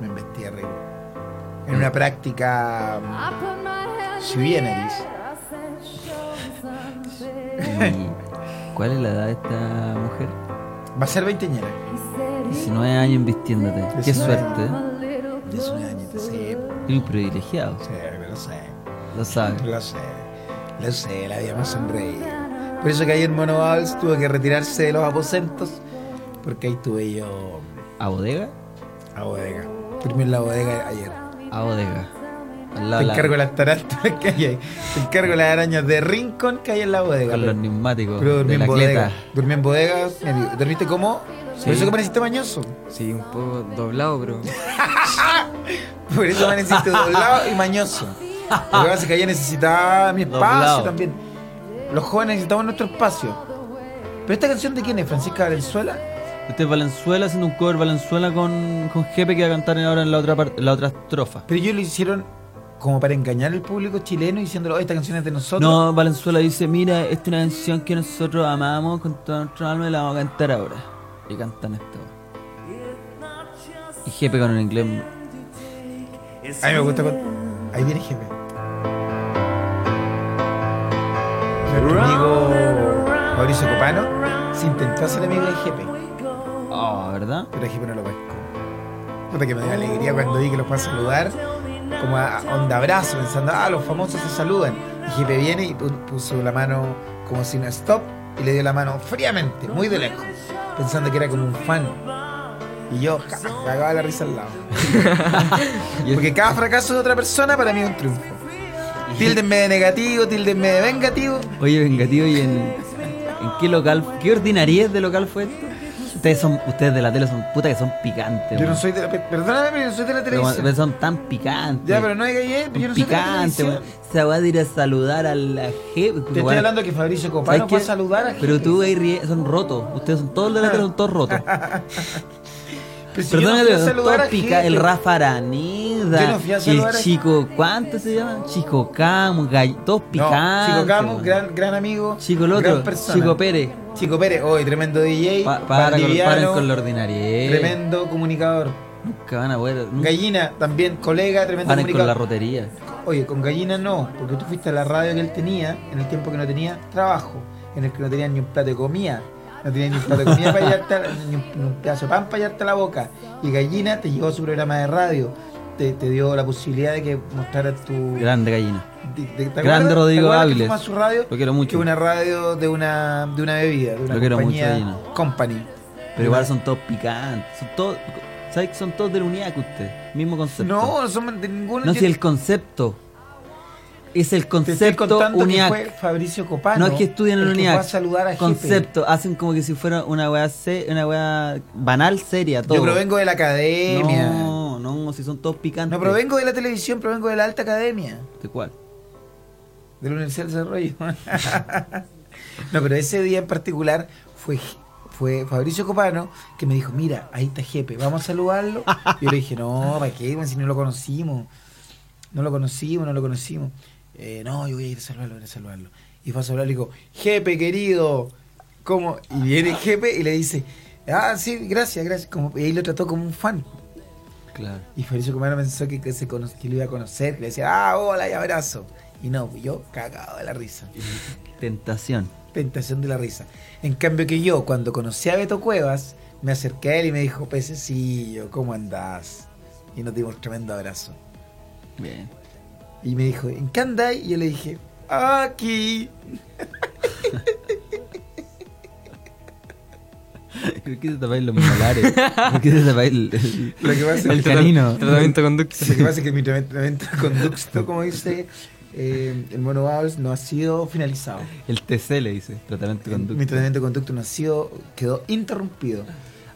A: Me vestía rico. En una práctica mm, sui generis.
C: ¿Y ¿Cuál es la edad de esta mujer?
A: Va a ser veinteñera.
C: 19 años vistiéndote. Qué
A: 19.
C: suerte. ¿eh?
A: 19 añitos, sí. pues,
C: Y privilegiado,
A: Sí, lo sé.
C: lo sabes.
A: Lo sé. Lo sé, la vida más sonreír. Por eso que ayer Mono Valls tuvo que retirarse de los aposentos, porque ahí estuve yo
C: ¿A bodega?
A: a bodega. Primero en la bodega ayer.
C: A bodega. Al lado
A: Te
C: de la-
A: encargo las tarántulas que hay ahí. Te encargo las arañas de rincón que hay en la bodega.
C: con los
A: Pero,
C: neumáticos
A: pero dormí
C: de
A: en
C: la
A: bodega.
C: cleta.
A: Dormí en bodega, mi amigo. ¿Dormiste cómo? Por eso que pareciste mañoso.
D: Sí, un poco doblado, pero.
A: Por eso amaneciste doblado y mañoso. Lo que pasa es que ella necesitaba mi espacio
C: Doblado.
A: también. Los jóvenes necesitamos nuestro espacio. Pero esta canción de quién es, Francisca Valenzuela.
C: Este es Valenzuela haciendo un cover Valenzuela con, con Jepe que va a cantar ahora en la otra parte, la otra estrofa.
A: Pero ellos lo hicieron como para engañar al público chileno diciéndole, "Oye, esta canción es de nosotros.
C: No, Valenzuela dice, mira, esta es una canción que nosotros amamos con toda nuestra alma y la vamos a cantar ahora. Y cantan esto. Y Jepe con un inglés.
A: A mí me gusta. cuando- Ahí viene jefe. nuestro amigo Mauricio Copano se intentó hacer amigo de Jepe,
C: Oh, ¿verdad?
A: pero Jepe no lo pescó. Nota que me dio alegría cuando vi que los fue a saludar, como a a onda abrazo, pensando, ah, los famosos se saludan. Y Jepe viene y pu- puso la mano como sin stop y le dio la mano fríamente, muy de lejos, pensando que era como un fan. Y yo ja, cagaba la risa al
C: *laughs*
A: lado. *laughs* Porque cada fracaso de otra persona para mí es un triunfo. Tildenme de negativo, tildenme de vengativo.
C: Oye, vengativo, ¿y en, en qué local, qué ordinariez de local fue esto? Ustedes son, ustedes de la tele son puta que son picantes.
A: Yo no
C: weón.
A: soy de la, pe- perdóname, pero yo no soy de la
C: Pero,
A: televisión.
C: pero son tan picantes.
A: ya, pero no hay gallé, yo no soy de la
C: picante,
A: televisión.
C: weón. Se va a ir a saludar a la jefe.
A: Te estoy hablando que Fabricio Copano fue a saludar a
C: Pero
A: gente.
C: tú, ahí ríe- son rotos. Ustedes son todos los de la tele, son todos
A: *laughs*
C: rotos.
A: Pero si yo no
C: Perdóname,
A: fui a
C: pero son
A: saludar
C: todos
A: a
C: pica,
A: gente.
C: el Rafa Araneda,
A: Yo no fui a
C: el
A: saludar a-
C: Chico, ¿cuánto se llaman? Chico Camus, gall- todos
A: No,
C: picantes.
A: Chico Camus,
C: weón.
A: gran, gran amigo.
C: Chico el
A: gran
C: otro,
A: persona.
C: Chico Pérez.
A: Chico Pérez, hoy tremendo DJ.
C: Pa- para con,
A: valdiviano,
C: paren con la ordinaria. eh.
A: Tremendo comunicador.
C: Nunca van a poder. Nunca
A: Gallina, también colega, tremendo
C: paren Mm. con la
A: comunicador.
C: rotería.
A: Oye, con Gallina no, porque tú fuiste a la radio que él tenía en el tiempo que no tenía trabajo, en el que no tenía ni un plato de comida, no tenía ni un plato de comida para llevarte, a- ni un, ni un pedazo de pan para llevarte a la boca. Y Gallina te llevó a su programa de radio, te, te dio la posibilidad de que mostraras tu.
C: Grande gallina.
A: de- de- ¿te acuerdas?
C: grande
A: ¿Te
C: Rodrigo
A: acuerdas que
C: Áviles.
A: fuimos a su radio,
C: Lo quiero mucho.
A: que una radio de una, de una bebida, de una
C: Lo quiero
A: compañía,
C: mucho, Gallina.
A: company.
C: Pero igual son todos picantes. Son todos. ¿Sabes que son todos de la unidad que usted? Mismo concepto.
A: No, no somos de ningún.
C: No,
A: yo
C: si el concepto. Es el
A: te estoy
C: concepto
A: contando que
C: UNIAC.
A: fue Fabricio Copano.
C: no es que estudian
A: el
C: en la
A: que fue
C: UNIAC.
A: a saludar a Jepe.
C: concepto. Hacen como que si fuera una weá, se- una weá banal, seria, todo.
A: Yo provengo de la academia. No,
C: No, no, si son todos picantes.
A: provengo de la televisión, provengo de la alta academia.
C: ¿De cuál?
A: De la Universidad del Desarrollo. *laughs* no, pero ese día en particular fue, fue Fabricio Copano que me dijo, mira, ahí está Jepe, vamos a saludarlo. Y yo le dije, no, ¿para qué? weón? Si no lo conocimos. No lo conocimos, no lo conocimos. Eh, no, yo voy a ir a saludarlo, voy a saludarlo. Y fue a saludarlo y digo, Jepe, querido. ¿Cómo? Y viene Jepe y le dice, ah, sí, gracias, gracias. Como, y ahí lo trató como un fan.
C: Claro.
A: Y Fabricio Comano pensó que, que se cono- que lo iba a conocer, que le decía, ah, hola y abrazo. Y no, yo cagado de la risa.
C: Tentación.
A: Tentación de la risa. En cambio que yo, cuando conocí a Beto Cuevas, me acerqué a él y me dijo, pececillo, ¿cómo andás? Y nos dimos tremendo abrazo.
C: Bien.
A: Y me dijo, ¿en qué andáis? Y yo le dije, aquí.
C: ¿Por qué te tapáis los molares? ¿Por qué te tapáis el, el-
A: Lo que pasa,
C: el
A: lo
C: canino?
D: *laughs* Tratamiento con Dux.
A: que, pasa es que mi tratamiento *laughs* conducto, como dice eh, el mono Bowles, no ha sido finalizado.
C: El TC le dice. Tratamiento de
A: Mi
C: conducta.
A: tratamiento de conducto no ha sido, quedó interrumpido.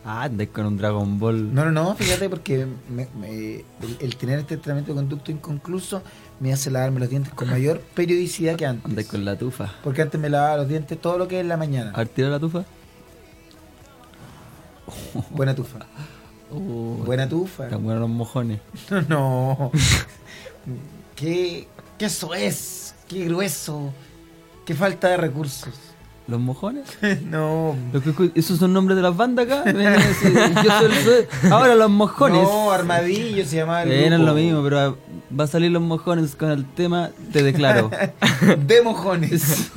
C: Ah, andáis con un Dragon Ball.
A: No, no, no, fíjate, porque me- me- el, el tener este tratamiento de conducto inconcluso me hace lavarme los dientes con mayor periodicidad que
C: Andáis
A: antes.
C: con la tufa.
A: Porque antes me lavaba los dientes todo lo que es en la mañana.
C: A ver, tira la tufa.
A: Buena tufa.
C: Oh,
A: Buena tufa.
C: Están buenos los mojones.
A: No, *laughs* no. ¿Qué, qué eso es? ¿Qué grueso? ¿Qué falta de recursos? *laughs*
C: ¿Los mojones?
A: no.
C: Los que escu- ¿Esos son nombres de las bandas acá? Ven, ven, sí. Yo soy, soy- ahora los mojones.
A: No, armadillo se llamaba el
C: Eh, no es
A: grupo.
C: lo mismo, pero ah, va a salir los mojones con el tema Te declaro.
A: De
C: *laughs*
A: mojones.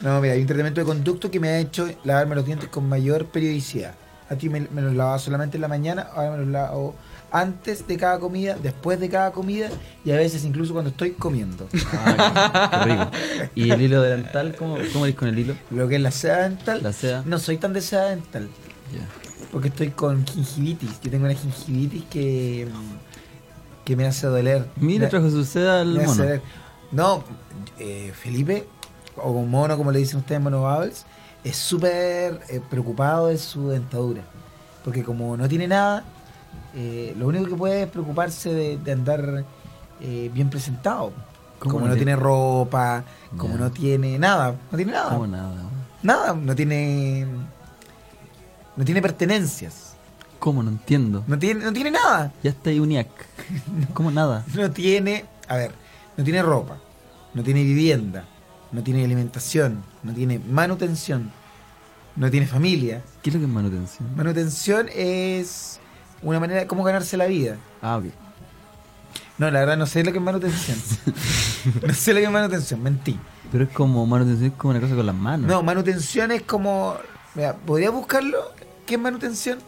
A: No, mira, hay un tratamiento de conducto que me ha hecho lavarme los dientes con mayor periodicidad. A ti me, me los lavaba solamente en la mañana, ahora me los lavo antes de cada comida, después de cada comida y a veces incluso cuando estoy
C: *laughs*
A: comiendo.
C: Ah, qué rico. ¿Y el hilo delantal? ¿Cómo, cómo eres con el hilo?
A: Lo que es la seda dental,
C: La seda.
A: no soy tan de seda dental
C: Ya.
A: porque estoy con gingivitis. Yo tengo una gingivitis que, mm, que me hace doler.
C: Mira,
A: Me-
C: trajo su seda al
A: Me hace
C: mono.
A: ver- No, eh, Felipe, o mono como le dicen ustedes, mono Bubbles, es súper eh, preocupado de su dentadura. Porque como no tiene nada, eh, lo único que puede es preocuparse de, de andar eh, bien presentado.
C: ¿Cómo
A: Como
C: no
A: no
C: tiene?
A: tiene ropa, como
C: Ya.
A: no tiene nada, no tiene nada.
C: ¿Cómo nada?
A: Nada, no tiene... No tiene pertenencias.
C: ¿Cómo? No entiendo.
A: No tiene, no tiene nada.
C: Ya está
A: *laughs*
C: ahí UNIAC. ¿Cómo nada?
A: no tiene, a ver, no tiene ropa, no tiene vivienda, no tiene alimentación, no tiene manutención, no tiene familia.
C: ¿Qué es lo que es manutención?
A: Manutención es una manera de cómo ganarse la vida.
C: Ah, ok.
A: No, la verdad no sé lo que es manutención. no sé lo que es manutención, mentí.
C: Pero es como manutención, es como una cosa con las manos.
A: No, manutención es como. Mira, ¿podría buscarlo? ¿Qué es manutención?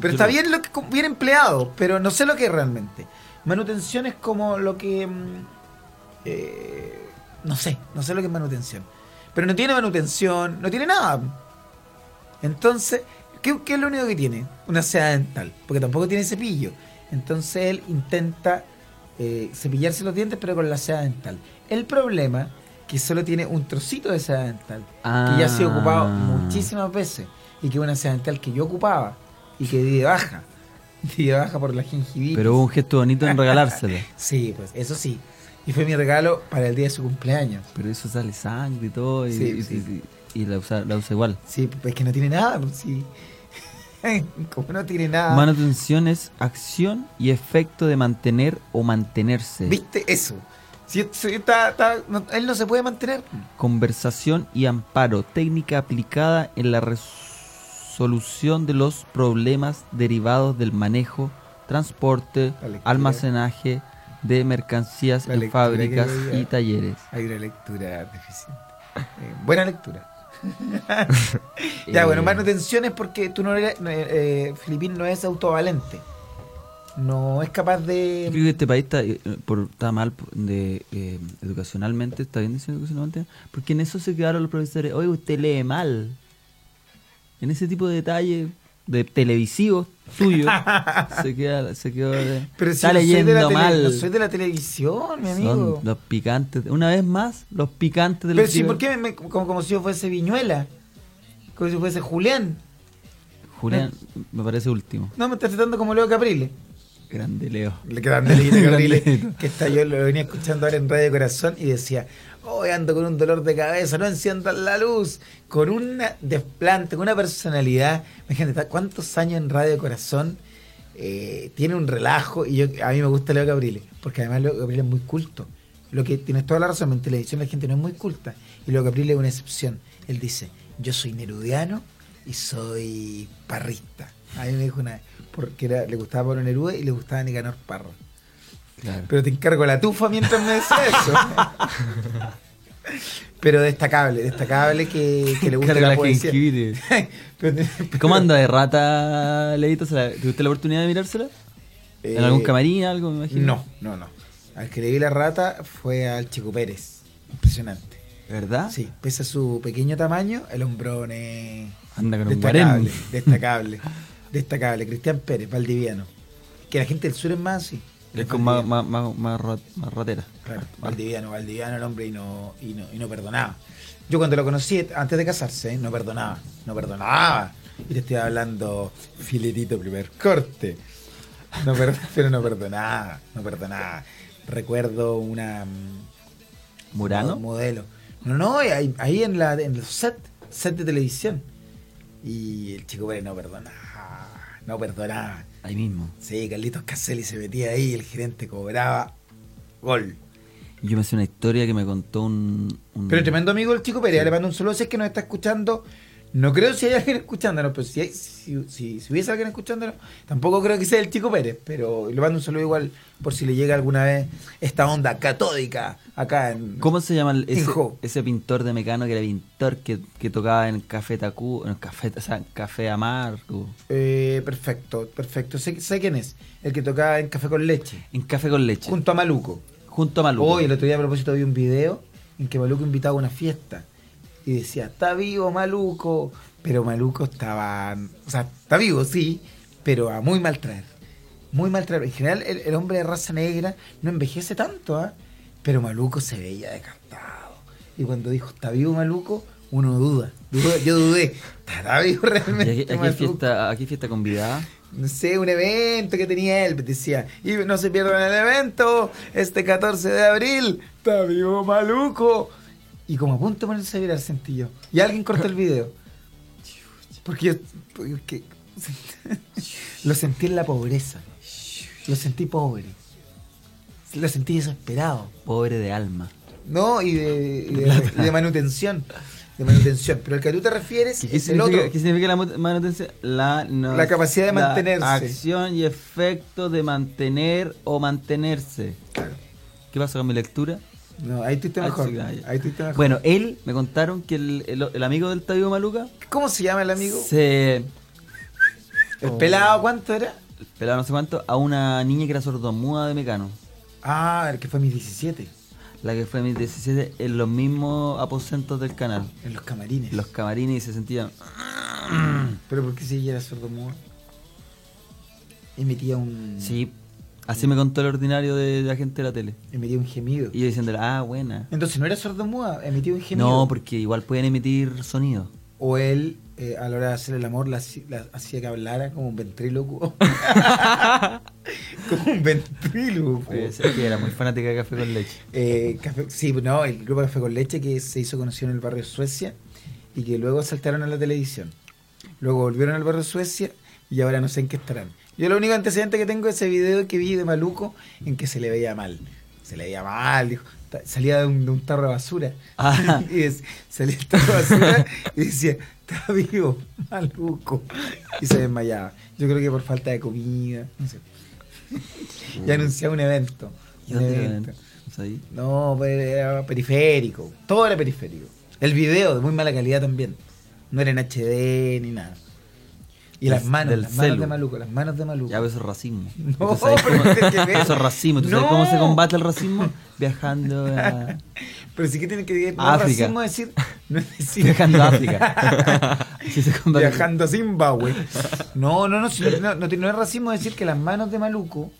A: Pero está bien, lo que, bien empleado, pero no sé lo que es realmente. Manutención es como lo que. mm, eh, no sé, no sé lo que es manutención. Pero no tiene manutención, no tiene nada. Entonces, ¿qué, qué es lo único que tiene? Una seda dental, porque tampoco tiene cepillo. Entonces él intenta eh, cepillarse los dientes, pero con la seda dental. El problema que solo tiene un trocito de seda dental, que ya ha sido ocupado
C: Ah.
A: muchísimas veces, y que es una seda dental que yo ocupaba y que di de baja. *laughs* Di de baja por la gingivitis.
C: Pero hubo un gesto bonito
A: *laughs*
C: en regalárselo.
A: Sí, pues eso sí. Y fue mi regalo para el día de su cumpleaños.
C: Pero eso sale sangre y todo. Y,
A: Sí,
C: y-
A: sí.
C: y- y la, usa, la usa igual.
A: Sí, pues que no tiene nada, pues sí. *laughs* Como no tiene nada.
C: Manutención es acción y efecto de mantener o mantenerse.
A: ¿Viste eso? Si, si está- está- no- él no se puede mantener.
C: Conversación y amparo. Técnica aplicada en la resolución de los problemas derivados del manejo, transporte,
A: La lectura.
C: almacenaje de mercancías
A: La
C: en
A: lectura que
C: fábricas
A: leía.
C: y talleres.
A: Hay una lectura deficiente. Eh, buena
C: *laughs*
A: lectura. ya, bueno,
C: Eh,
A: manutención es porque tú no eres. no, eh, eh, Filipín no es autovalente. No es capaz
C: Yo
A: de.
C: creo que este país está, eh, por, está mal po- de, eh, educacionalmente, está bien decir educacionalmente, porque en eso se quedaron los profesores. Oye, usted lee mal. En ese tipo de detalles de televisivos
A: *laughs*
C: tuyos, se queda, se quedó de-
A: Pero si
C: está
A: yo soy de la
C: leyendo
A: tele-
C: mal.
A: yo soy de la televisión, mi amigo.
C: Son los picantes. Una vez más, los picantes del
A: Pero sí, ¿por qué me- me- como, como si yo fuese Viñuela? Como si fuese Julián.
C: Julián, me parece último.
A: No, me estás tratando como Leo Caprile.
C: Grande Leo.
A: Le grande Leito Caprile,
C: Grande.
A: que está yo lo venía escuchando ahora en Radio Corazón y decía, hoy ando con un dolor de cabeza, no enciendan la luz, con un desplante, con una personalidad. Imagínate, ¿tá- ¿cuántos años en Radio Corazón? Eh, tiene un relajo y yo, a mí me gusta Leo Caprile, porque además Leo Caprile es muy culto. Lo que tienes toda la razón, en televisión la gente no es muy culta y Leo Caprile es una excepción. Él dice, yo soy nerudiano y soy parrista. A mí me dijo una vez, porque era- le gustaba Pablo Neruda y le gustaba Nicanor Parra. Pero te encargo la tufa mientras me decía eso. Pero destacable, destacable que, que le gusta
C: Carga
A: la
C: la
A: poesía.
C: jengibre.
A: *laughs* Pero-
C: *laughs* ¿Cómo anda de rata, Leito? ¿Se la- ¿Tuviste la oportunidad de mirársela? ¿En
A: Eh,
C: algún camarín, algo, me imagino?
A: No, no, no. Al que le vi la rata fue al Chico Pérez. Impresionante.
C: ¿Verdad?
A: Sí, pese a su pequeño tamaño, el hombrón es
C: Anda con un
A: destacable,
C: guarén.
A: destacable, destacable. Cristian Pérez, Valdiviano. Que la gente del sur es más así.
C: Es con más, más, más, más rat- más ratera.
A: Claro, Valdiviano, Valdiviano el hombre y no, y no, y no perdonaba. Yo cuando lo conocí, antes de casarse, ¿eh? no perdonaba, no perdonaba. Y te estoy hablando filetito primer corte. No per- *laughs* pero no perdonaba, no perdonaba. Recuerdo una... mm,
C: ¿Murano?
A: Modelo. No, no, eh, ahí, ahí en, la, en los set, set de televisión. Y el chico Pérez no perdonaba, no perdonaba.
C: Ahí mismo.
A: Sí, Carlitos Caselli se metía ahí, el gerente cobraba gol.
C: Yo me hice una historia que me contó un. un-
A: Pero tremendo amigo el chico Pérez, le mando un saludo si es que nos está escuchando. No creo si hay alguien escuchándonos, pero si, hay- si, si- si hubiese alguien escuchándonos, tampoco creo que sea el chico Pérez, pero le mando un saludo igual por si le llega alguna vez esta onda catódica acá en...
C: ¿Cómo se llama el- ese,
A: Injo.
C: ese pintor de Mecano que era pintor que, que tocaba en Café Tacú, en Café, o sea, en Café Amargo?
A: Eh, perfecto, perfecto. Sé, sé quién es, el que tocaba en Café con Leche,
C: En Café con Leche.
A: junto a Maluco.
C: junto a Maluco.
A: Hoy, el otro día a propósito, vi un video en que Maluco invitaba a una fiesta y decía, está vivo Maluco, pero Maluco estaba, o sea, está vivo, sí, pero a muy mal traer. Muy mal traer. En general, el, el hombre de raza negra no envejece tanto, ¿ah? pero Maluco se veía descartado. Y cuando dijo, está vivo Maluco, uno duda. Duda- yo dudé, *laughs* ¿estará vivo
C: ¿Y
A: realmente?
C: aquí, aquí hay
A: Maluco?
C: fiesta, aquí hay fiesta convidada.
A: no sé, un evento que tenía él, decía, y no se pierdan el evento, este 14 de abril, está vivo maluco. Y como a punto de ponerse a virar sentí yo. Y alguien cortó el video. Porque yo porque- *laughs* lo sentí en la pobreza. Lo sentí pobre. Lo sentí desesperado.
C: Pobre de alma.
A: No, y de, y de- y de manutención. De manutención. Pero el que tú te refieres
C: ¿Qué, qué
A: es el
C: significa,
A: otro.
C: qué significa la mut- manutención? La, no-
A: La capacidad de mantenerse.
C: Acción y efecto de mantener o mantenerse.
A: Claro.
C: ¿Qué pasa con mi lectura?
A: No, ahí tú
C: Ah,
A: estás mejor.
C: sí, ah, ya.
A: Ahí tú estás mejor.
C: Bueno, él, me contaron que el, el- el amigo del Tabio Maluca
A: ¿cómo se llama el amigo?
C: se
A: ¿El pelado cuánto era?
C: pelaba no sé cuánto a una niña que era sordomuda de Mecano.
A: Ah, el que fue mis 17.
C: La que fue mis 17 en los mismos aposentos del canal.
A: En los camarines.
C: Los camarines y se sentían...
A: Pero ¿por qué si ella era sordomuda? Y metía un.
C: Sí, así me contó el ordinario de la gente de la tele.
A: Y metía un gemido.
C: Y yo diciéndole, ah, buena.
A: Entonces no era sordomuda, emitía un gemido.
C: No, porque igual pueden emitir sonido.
A: O él, eh, a la hora de hacer el amor, la, haci- la hacía que hablara como un
C: *laughs*
A: ventrílocuo. *laughs* como un ventrílocuo.
C: Puede ser que era muy fanática de café con leche.
A: Eh, Café- sí, no, el grupo Café con Leche que se hizo conocido en el barrio Suecia y que luego saltaron a la televisión. Luego volvieron al barrio Suecia y ahora no sé en qué estarán. Yo lo único antecedente que tengo es ese video que vi de Maluco en que se le veía mal. Se le veía mal, dijo, ta- salía de un, de un tarro de basura.
C: Ah.
A: *laughs* Y es- salía el tarro de basura y decía, está vivo, Maluco. Y se desmayaba. Yo creo que por falta de comida. No sé. y anunciaba un evento.
C: Uh. ¿Y
A: un
C: dónde lo
A: evento.
C: ven? Pues ahí.
A: No, pero era periférico. Todo era periférico. El video de muy mala calidad también. No era en HD ni nada. Y las
C: Del-
A: manos,
C: del
A: las manos
C: celu.
A: de Maluco, las manos de Maluco.
C: Ya, pero eso es
A: *laughs*
C: racismo.
A: No,
C: ¿Tú sabes
A: pero
C: cómo-
A: tiene que ver.
C: Eso es racismo. ¿Tú sabes
A: No.
C: cómo se combate el racismo? Viajando
A: *laughs*
C: a...
A: Pero sí que tiene que ver. No,
C: África.
A: racismo es decir, no es decir.
C: Viajando
A: *laughs*
C: a África. *laughs* Así se combate.
A: Viajando a Zimbabue. No, no, no, si no, no, no, no es racismo decir que las manos de Maluco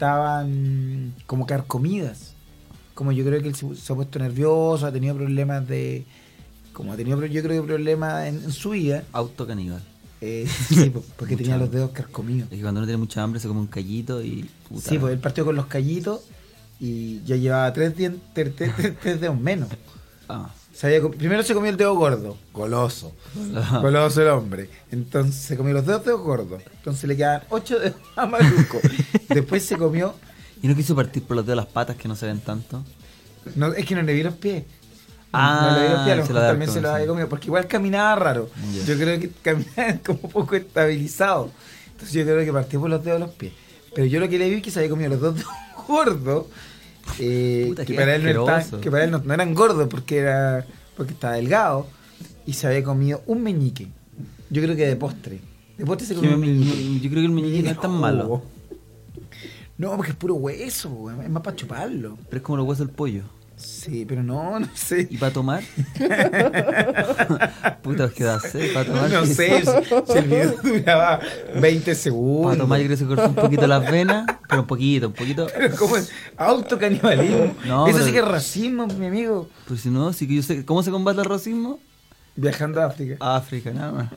A: estaban como carcomidas. Como yo creo que él se, se ha puesto nervioso, ha tenido problemas de. Como ha tenido, pro- yo creo que problemas en, en su vida.
C: Auto caníbal.
A: eh, *laughs* sí, po- porque
C: Mucha
A: tenía los
C: hambre.
A: dedos carcomidos.
C: Es que cuando uno tiene mucha hambre se come un callito y... Puta,
A: Sí, pues él partió con los callitos y ya llevaba tres, dientes, tres, tres- *laughs* tres- tres dedos menos.
C: Ah.
A: Se había com- primero se comió el dedo gordo, goloso. Goloso el hombre. Entonces se comió los dedos dedos gordos. Entonces le quedaban ocho dedos *laughs* a Maluco. Después se comió.
C: *laughs* Y no quiso partir por los dedos las patas que no se ven tanto.
A: No, es que no le vi los pies.
C: Ah,
A: no le vi los pies, a lo mejor
C: se lo había
A: también se los
C: comido,
A: había
C: sí.
A: comido. Porque igual caminaba raro.
C: Ya.
A: Yo creo que caminaba *laughs* como un poco estabilizado. Entonces yo creo que partió por los dedos de los pies. Pero yo lo que le vi es que se había comido los dos dedos *laughs* gordos. eh,
C: Puta,
A: que,
C: qué
A: para él no
C: asqueroso.
A: estaban- que para él no- no eran gordos porque era porque estaba delgado. Y se había comido un meñique. Yo creo que de postre. De postre se
C: Yo
A: comió
C: creo
A: un meñique.
C: que el meñique no es tan malo.
A: *laughs* No, porque es puro hueso, weón, es más para chuparlo.
C: Pero es como los huesos del pollo.
A: Sí, pero no, *laughs* no sé.
C: ¿Y para
A: *laughs*
C: tomar? Puta, os queda sed. Para tomar.
A: No
C: ¿qué?
A: sé, si- si el video duraba 20 segundos.
C: Para tomar, yo creo que se cortó un poquito las venas. Pero un poquito, un poquito.
A: Pero como es autocanibalismo.
C: No,
A: Eso
C: pero-
A: sí que es racismo, mi amigo.
C: Pero si no, si que yo sé. ¿Cómo se combate el racismo?
A: Viajando a África.
C: A África, nada más.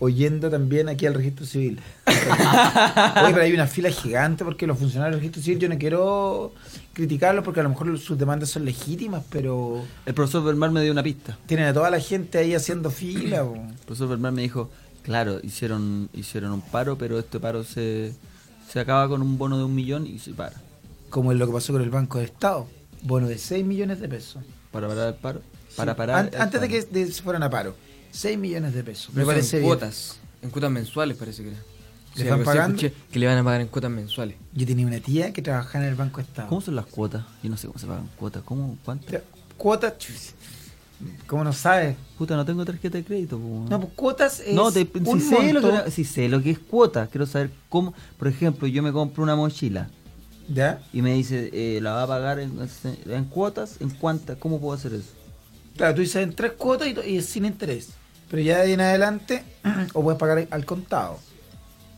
A: Oyendo también aquí al registro
C: *laughs*
A: civil. Oye, pero hay una fila gigante porque los funcionarios del registro civil, yo no quiero criticarlos porque a lo mejor sus demandas son legítimas, pero
C: El profesor Belmar me dio una pista.
A: tienen a toda la gente ahí haciendo fila. po.
C: El profesor Belmar me dijo, claro, hicieron, hicieron un paro, pero este paro se, se acaba con un bono de un millón y se para.
A: como lo que pasó con el Banco de Estado, bono de 6 millones de pesos.
C: Para parar el paro. Para
A: Sí,
C: parar.
A: an-
C: el
A: antes de
C: paro.
A: que de- se fueran a paro, 6 millones de pesos. Me
D: Eso
A: parece
D: en
A: bien.
D: cuotas. En cuotas mensuales parece que era.
A: ¿Le
D: Sí,
A: están
D: algo así
A: pagando?
D: escuché, Que le van a pagar en cuotas mensuales.
A: Yo tenía una tía que trabajaba en el Banco de Estado.
C: ¿Cómo son las cuotas? Yo no sé cómo se pagan cuotas. ¿Cómo? ¿Cuánto?
A: Te- Cuotas, chus, ¿cómo no sabes?
C: Puta, no tengo tarjeta de crédito. po.
A: No, pues cuotas es
C: No, te-
A: un
C: si, sé lo que,
A: monto-
C: era- si sé lo que es cuota, quiero saber cómo. Por ejemplo, yo me compro una mochila
A: ¿Ya?
C: y me dice, eh, la va a pagar en, en cuotas, en cuántas, ¿cómo puedo hacer eso?
A: Claro, tú dices en tres cuotas y, to- y es sin interés. Pero ya de ahí en adelante, *clears throat* o puedes pagar al contado.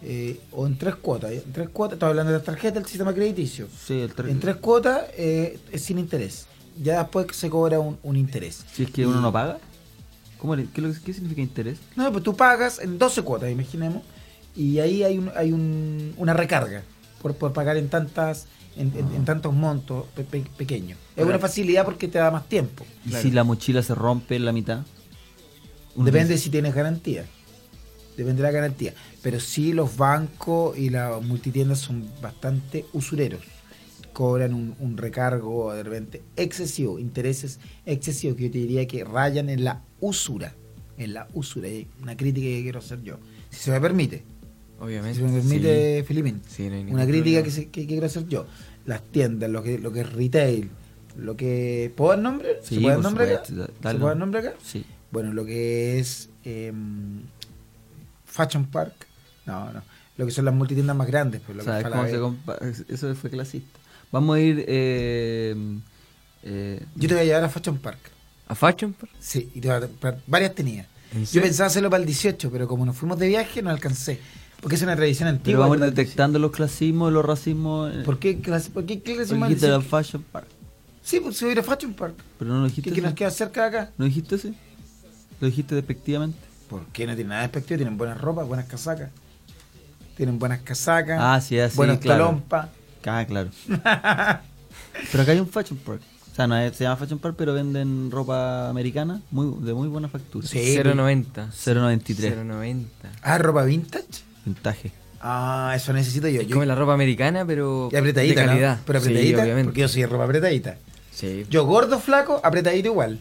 A: eh, o en tres cuotas. En tres cuotas, estoy hablando de las tarjetas del sistema crediticio.
C: Sí, el tra-
A: En tres cuotas eh, es sin interés. Ya después que se cobra un, un interés.
C: Si es que uno
A: Mm.
C: no paga. ¿Cómo le- qué, es lo que- qué significa interés?
A: No, pues tú pagas en 12 cuotas, imaginemos, y ahí hay, un- hay un- una recarga por, por pagar en tantas en, en- en tantos montos pe- pe- pequeños. Es una facilidad porque te da más tiempo.
C: Y si la mochila se rompe en la mitad. Uno
A: Depende
C: dice,
A: si tienes garantía. Depende de la garantía. Pero sí, los bancos y las multitiendas son bastante usureros. Cobran un, un recargo de repente excesivo, intereses excesivos, que yo te diría que rayan en la usura. En la usura. Es una crítica que quiero hacer yo. Si se me permite. Si
D: Obviamente.
A: se me permite, Filipín.
D: Sí, no hay ningún
A: una crítica
D: problema.
A: que, se- que- que quiero hacer yo. Las tiendas, lo que, lo que es retail, Lo que. ¿Puedo dar nombre? ¿Se
C: Sí,
A: puede dar
C: por
A: nombre acá?
C: supuesto, da-
A: ¿Se
C: dalo.
A: puede dar nombre acá?
C: Sí.
A: Bueno, lo que es eh, Fashion Park. No, no. Lo que son las multitiendas más grandes. Pues, lo que
C: ¿Sabes
A: fue la
C: cómo se
A: vez.
C: compa- Eso fue clasista. Vamos a ir. eh, eh,
A: Yo te voy a llevar a Fashion Park.
D: ¿A Fashion? Park?
A: Sí, y te voy a comprar varias tenidas.
D: ¿En
A: Yo
D: serio?
A: pensaba hacerlo para el 18, pero como nos fuimos de viaje, no alcancé. Porque es una tradición
C: pero
A: antigua.
C: vamos a ir
A: ¿verdad?
C: detectando los clasismos, los racismos. eh,
A: ¿Por qué clase- por qué clase
C: porque
A: más
C: dijiste la
A: 18?
C: Fashion Park.
A: Sí, pues se va a ir a Fashion Park.
C: Pero no lo
A: Que,
C: dijiste.
A: que
C: eso.
A: nos queda cerca de acá.
C: ¿No dijiste eso? Lo dijiste despectivamente.
A: ¿Por qué no tienen nada de despectivo? Tienen buenas ropas, buenas casacas. Tienen buenas casacas.
C: Ah, sí, ah, sí,
A: Buenas
C: claro.
A: talompas.
C: Ah,
A: *laughs*
C: claro. pero acá hay un Fashion Park. O sea, no es- se llama Fashion Park, pero venden ropa americana muy, de muy buena factura.
A: Sí.
D: 090.
C: 0.93.
D: 090.
A: Ah, ropa vintage.
C: Vintaje.
A: Ah, eso necesito yo.
D: Es
A: yo
D: como la ropa americana, pero
A: y apretadita,
D: de
A: ¿no?
D: calidad.
A: Pero apretadita,
D: Sí, obviamente.
A: porque yo soy de ropa apretadita.
D: Sí.
A: Yo gordo, flaco, apretadito igual.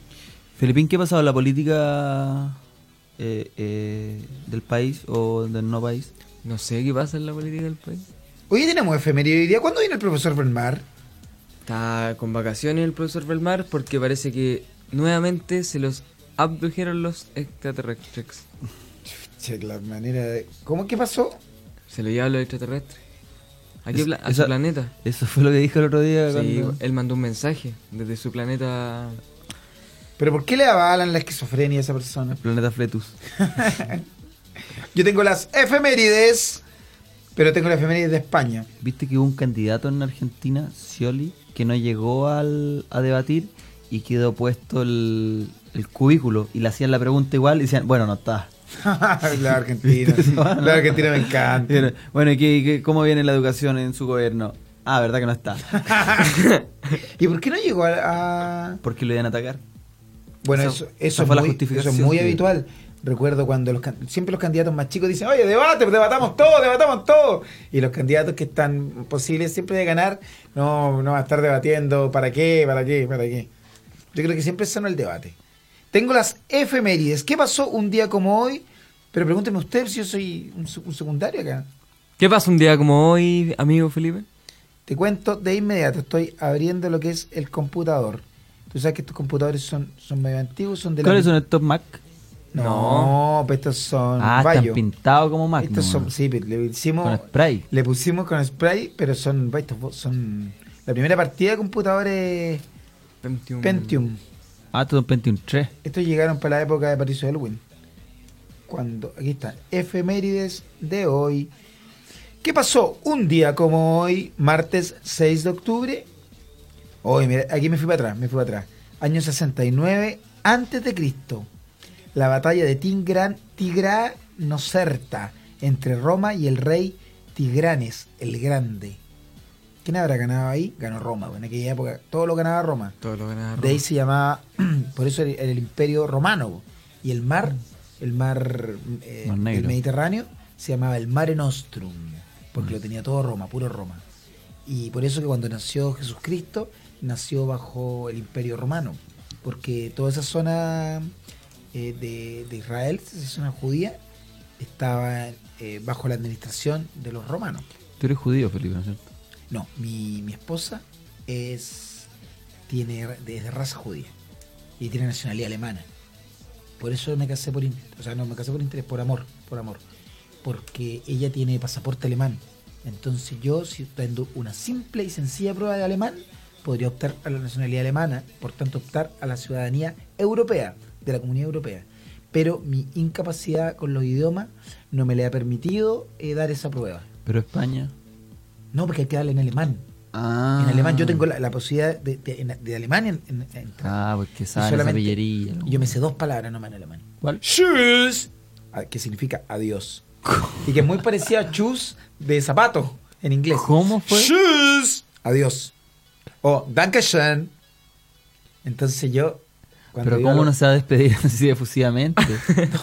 C: Filipín, ¿qué ha pasado? ¿La política eh, eh, del país o del no país?
D: No sé qué pasa en la política del país.
A: Hoy tenemos efeméride hoy día. ¿Cuándo viene el profesor Belmar?
D: Está con vacaciones el profesor Belmar porque parece que nuevamente se los abdujeron los extraterrestres.
A: Che, la manera de... ¿Cómo que pasó?
D: Se lo llevan los extraterrestres. ¿A, qué
C: Es-
D: pla- a
C: esa-
D: su planeta?
C: Eso fue lo que dijo el otro día.
D: Sí,
C: cuando-
D: él mandó un mensaje desde su planeta.
A: ¿Pero por qué le avalan la esquizofrenia a esa persona?
C: El planeta Fletus.
A: Yo tengo las efemérides, pero tengo las efemérides de España.
C: Viste que hubo un candidato en Argentina, Scioli, que no llegó al, a debatir y quedó puesto el, el cubículo. Y le hacían la pregunta igual y decían, bueno, no
A: *laughs*
C: está.
A: la Argentina.
C: *laughs*
A: la Argentina me encanta.
C: Bueno, Bueno, ¿y qué- qué- ¿cómo viene la educación en su gobierno? Ah, ¿verdad que
A: *laughs*
C: no está?
A: ¿Y por qué no llegó a...? a-
C: Porque lo iban a atacar.
A: Bueno,
C: Esa-
A: eso, eso
C: esa
A: es
C: fue la
A: muy,
C: justificación
A: eso es muy
C: que-
A: habitual. Recuerdo cuando los, can- siempre los candidatos más chicos dicen, oye, debate, debatamos todo, debatamos todo. Y los candidatos que están posibles siempre de ganar, no, no va a estar debatiendo, ¿para qué? ¿Para qué? ¿Para qué? Yo creo que siempre es sano el debate. Tengo las efemérides. ¿Qué pasó un día como hoy? Pero pregúnteme usted si yo soy un, se- un secundario acá.
D: ¿Qué pasa un día como hoy, amigo Felipe?
A: Te cuento de inmediato, estoy abriendo lo que es el computador. Tú sabes que estos computadores son, son medio antiguos, son de la
C: ¿Cuáles son estos Mac?
A: No, pues estos son
C: Ah,
A: Bayo.
C: están pintados como Mac.
A: Estos
C: ¿no?
A: son, sí, pero le
C: Con
A: hicimos,
C: spray.
A: le pusimos con spray, pero son, estos son la primera partida de computadores
D: Pentium.
A: Pentium.
C: Ah, estos son Pentium 3.
A: Estos llegaron para la época de Patricio Elwin. Cuando, aquí está, efemérides de hoy. ¿Qué pasó? Un día como hoy, martes 6 de octubre. Hoy, mira, aquí me fui para atrás, me fui para atrás. Año 69 antes de Cristo. La batalla de Tingran, Tigranocerta entre Roma y el rey Tigranes el Grande. ¿Quién habrá ganado ahí? Ganó Roma, bueno, en aquella época todo lo ganaba Roma.
D: Todo lo ganaba Roma.
A: De ahí se llamaba, *clears throat* por eso el, el imperio romano. Y el mar, el mar, eh,
C: Mar Negro.
A: el Mediterráneo, se llamaba el Mare Nostrum,
C: Mm.
A: porque lo tenía todo Roma, puro Roma. Y por eso que cuando nació Jesucristo, nació bajo el imperio romano, porque toda esa zona eh, de, de Israel, esa zona judía, estaba eh, bajo la administración de los romanos.
C: Tú eres judío, Felipe, ¿no es cierto?
A: No, mi, mi esposa es tiene es de raza judía y tiene nacionalidad alemana. Por eso me casé por in- o sea, no me casé por interés, por amor, por amor, porque ella tiene pasaporte alemán. Entonces yo, si dando una simple y sencilla prueba de alemán, podría optar a la nacionalidad alemana, por tanto optar a la ciudadanía europea, de la Comunidad Europea. Pero mi incapacidad con los idiomas no me le ha permitido eh, dar esa prueba.
C: Pero España.
A: No, porque hay que darle en alemán.
C: Ah.
A: En alemán yo tengo la, la posibilidad de, de, en- de alemán en- en- en-
C: Ah, porque saben esa
A: solamente-
C: pillería. ¿no?
A: Yo me sé dos palabras nomás en alemán.
C: ¿Cuál?
A: Tschüss, a- que significa
C: *laughs*
A: adiós. y que es muy parecida a chus de zapato en inglés.
C: ¿Cómo fue?
A: Tschüss, adiós. O Dankeschön. Entonces yo... cuando
C: Pero
A: iba a
C: ¿cómo
A: lo-
C: *laughs* no se ha despedido
A: *laughs*
C: así efusivamente?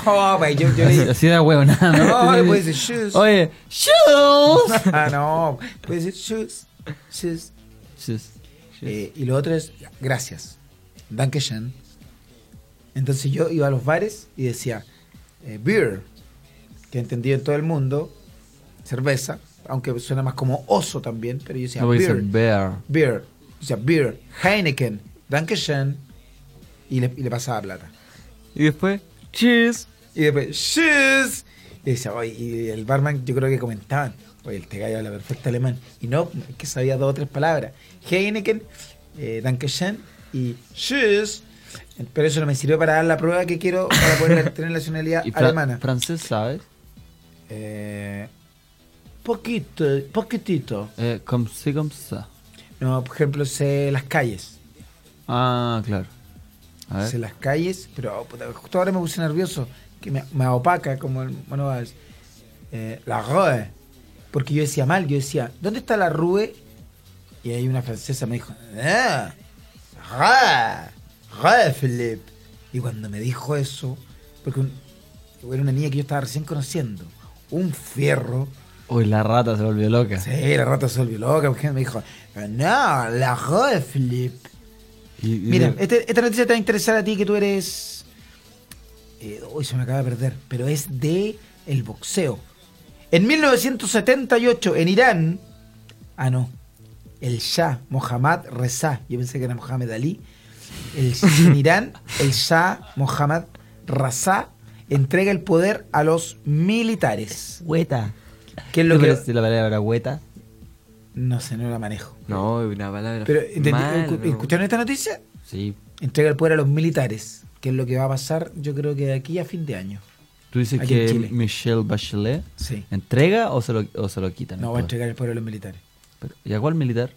A: No, pues, yo, yo le
C: *laughs* así,
A: dije...
C: así era huevonada.
A: *laughs*
C: *laughs*
A: No, le puedes decir shoes.
C: Oye, shoes.
A: Ah, no. Puedes decir shoes, shoes.
C: shoes.
A: Eh, y lo otro es gracias. Dankeschön. Entonces yo iba a los bares y decía eh, beer, que he entendido en todo el mundo, cerveza, aunque suena más como oso también, pero yo decía
C: No voy a
A: beer.
C: decir bear.
A: Beer. decía beer, Heineken, Dankeschön, y le, y le pasaba plata.
D: *laughs* Y después, cheers.
A: Y después, cheers. Y decía, "Oye", y el barman yo creo que comentaban, oye, este gallo habla perfecto alemán. Y no, es que sabía dos o tres palabras. Heineken, eh, Dankeschön y cheers. Pero eso no me sirvió para dar la prueba que quiero para
C: *laughs*
A: poder tener nacionalidad
C: ¿Y fra-
A: alemana.
C: francés sabes?
A: Eh, poquito, poquitito.
C: Eh, comme c'est comme ça.
A: No, por ejemplo, sé las calles.
C: Ah, claro. A ver.
A: Sé las calles, pero oh, puta, justo ahora me puse nervioso, que me, me opaca como el mono Babs. Eh, la rue. Porque yo decía mal, yo decía, ¿dónde está la rue? Y ahí una francesa me dijo, ah, rue, rue, Philippe. Y cuando me dijo eso, porque un- era una niña que yo estaba recién conociendo, un fierro.
C: Uy, la rata se volvió loca.
A: Sí, la rata se volvió loca, porque me dijo, no, la rue, Philippe.
C: Y- y-
A: Mira, este- esta noticia te va a interesar a ti que tú eres. eh, uy, se me acaba de perder, pero es de el boxeo. En 1978, en Irán. Ah, no. El Shah Mohammad Reza. Yo pensé que era Mohamed Ali. El, en
D: *laughs*
A: Irán, el Shah Mohammad Reza entrega el poder a los militares.
C: Hueta.
A: ¿Qué es
C: ¿Qué
A: lo que.?
C: parece la palabra hueta?
A: No sé, no la manejo.
D: No, una palabra.
A: Pero, ¿entendí- eh,
D: mal,
A: escu-
D: ¿no?
A: ¿escucharon esta noticia?
C: Sí.
A: entrega el poder a los militares, que es lo que va a pasar yo creo que de aquí a fin de año.
C: ¿Tú dices
A: Aquí en
C: que
A: Chile.
C: Michelle Bachelet
A: Sí.
C: entrega o se lo, o se lo quitan?
A: No
C: el
A: va a
C: poder?
A: entregar el poder a los militares.
C: Pero, ¿Y a cuál militar?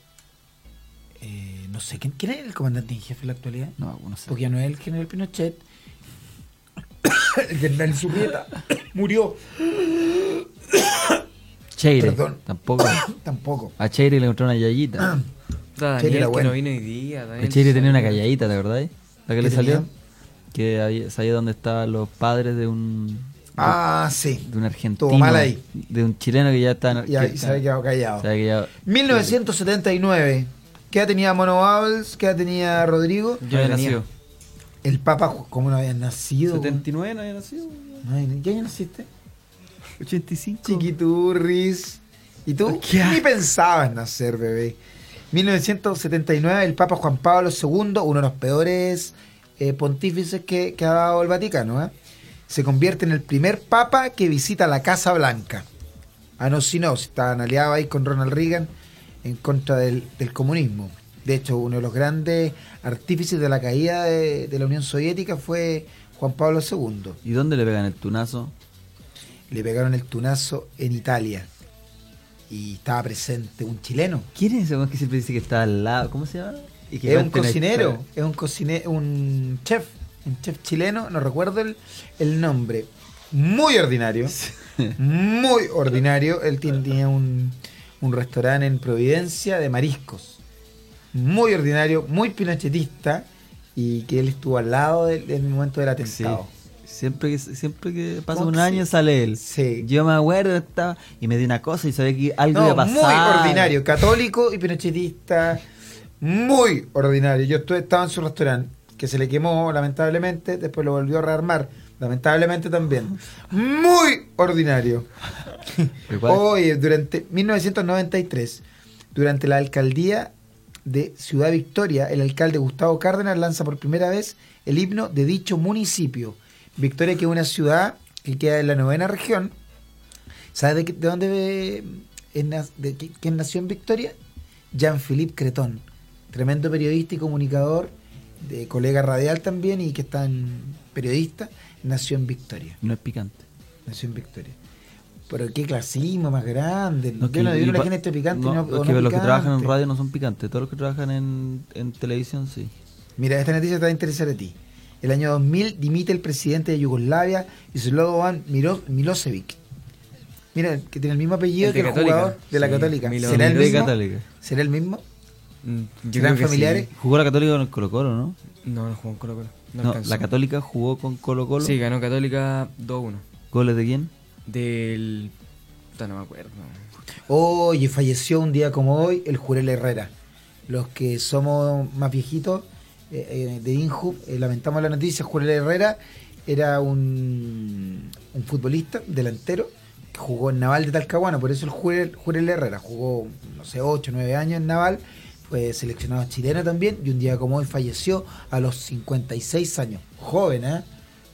A: Eh, no sé, ¿quién, quién es el comandante en jefe en la actualidad?
C: No, no sé.
A: Porque ya no es el general Pinochet. *coughs* el general Subieta *coughs* murió.
C: Cheire.
A: Perdón. *coughs*
C: Tampoco.
A: Tampoco.
C: A Cheire le encontró
A: *coughs*
C: una yayita.
D: Puta,
A: Chile
D: Daniel,
A: era
D: que
A: bueno.
D: no vino hoy día.
C: A
D: Daniel,
C: Cheire tenía una
D: sabe.
C: calladita, ¿te acordás? La que
A: ¿Qué
C: le salió.
A: tenía?
C: Que había- sabía dónde estaban los padres de un.
A: Ah, sí.
C: De un argentino.
A: Estuvo mal ahí.
C: De un chileno que ya está en
A: Y ahí se había quedado callado.
C: sabe que ya-
A: 1979. ¿Qué edad tenía Mono Babels? ¿Qué edad tenía Rodrigo?
C: Ya había
D: Yo tenía.
C: nacido.
A: El Papa, Ju- ¿cómo no había nacido?
C: 79 no había nacido.
A: Ay, ¿Qué año naciste?
C: 85.
A: Chiquiturris. ¿Y tú? Ni pensabas nacer, bebé. 1979, el Papa Juan Pablo II, uno de los peores eh, pontífices que, que ha dado el Vaticano, ¿eh? se convierte en el primer papa que visita la Casa Blanca. Ah, no, si no, si estaban aliados ahí con Ronald Reagan en contra del, del comunismo. De hecho, uno de los grandes artífices de la caída de, de la Unión Soviética fue Juan Pablo II.
C: ¿Y dónde le pegan el tunazo?
A: Le pegaron el tunazo en Italia. Y estaba presente un chileno.
C: ¿Quién es ese weón que siempre dice que está al lado? ¿Cómo se llama? Y
A: Es
C: que
A: un
C: cuenta una
A: cocinero,
C: historia.
A: es un cocinero, un chef, un chef chileno, no recuerdo el, el nombre. Muy ordinario, muy ordinario. Él tien- tenía un, un restaurante en Providencia de mariscos. Muy ordinario, muy pinochetista. Y que él estuvo al lado del, del momento del
C: Sí.
A: atentado.
C: Siempre que, siempre que pasa
A: ¿Cómo
C: un
A: que
C: año
A: sí?
C: sale él.
A: Sí.
C: Yo me acuerdo, estaba, y me di una cosa y sabía que algo iba a
A: No,
C: pasar.
A: muy ordinario, católico y pinochetista. Muy ordinario. Yo estuve, estaba en su restaurante, que se le quemó, lamentablemente. Después lo volvió a rearmar, lamentablemente también. Muy
C: *laughs*
A: ordinario.
C: Igual.
A: Oye, durante 1993, durante la alcaldía de Ciudad Victoria, el alcalde Gustavo Cárdenas lanza por primera vez el himno de dicho municipio. Victoria, que es una ciudad que queda en la novena región. ¿Sabes de, qué- de dónde ve- es na- de qui- quién nació en Victoria? Jean-Philippe Cretón, tremendo periodista y comunicador, de colega radial también y que está en periodista, nació en Victoria.
C: No es picante.
A: Nació en Victoria. Pero qué clasismo más grande.
C: No,
A: yo no digo
C: y
A: la
C: pa-
A: gente esto es picante.
C: no,
A: No,
C: es
A: o
C: que
A: no
C: los que trabajan en
A: picante.
C: radio no son picantes. Todos los que trabajan en, en televisión sí.
A: Mira, esta noticia te va a interesar a ti. El año 2000 dimite el presidente de Yugoslavia, Slobodan Miro- Milosevic. Mira, que tiene el mismo apellido
D: El
A: que
D: de
A: el
D: Católica.
A: jugador de la
D: Sí,
A: Católica.
D: Milo-
A: ¿Será el
D: Milo de
A: mismo?
C: Católica.
A: ¿Será el mismo?
D: Mm, Yo
A: ¿Eran
D: creo que sí.
A: familiares?
C: Jugó la Católica con el Colo Colo, ¿no?
D: No, no jugó en Colo Colo. No,
C: No,
D: alcanzó.
C: la Católica jugó con Colo Colo.
D: Sí, ganó Católica 2-1.
C: ¿Goles de quién?
D: Del. puta, no me acuerdo.
A: Oye, falleció un día como hoy el Jurel Herrera. Los que somos más viejitos eh, eh, de Inju, eh, lamentamos la noticia. Jurel Herrera era un, un futbolista, delantero, que jugó en Naval de Talcahuano. Por eso el Jurel, Jurel Herrera jugó, no sé, 8, 9 años en Naval. fue seleccionado chilena también, y un día como hoy falleció a los 56 años. Joven, ¿eh?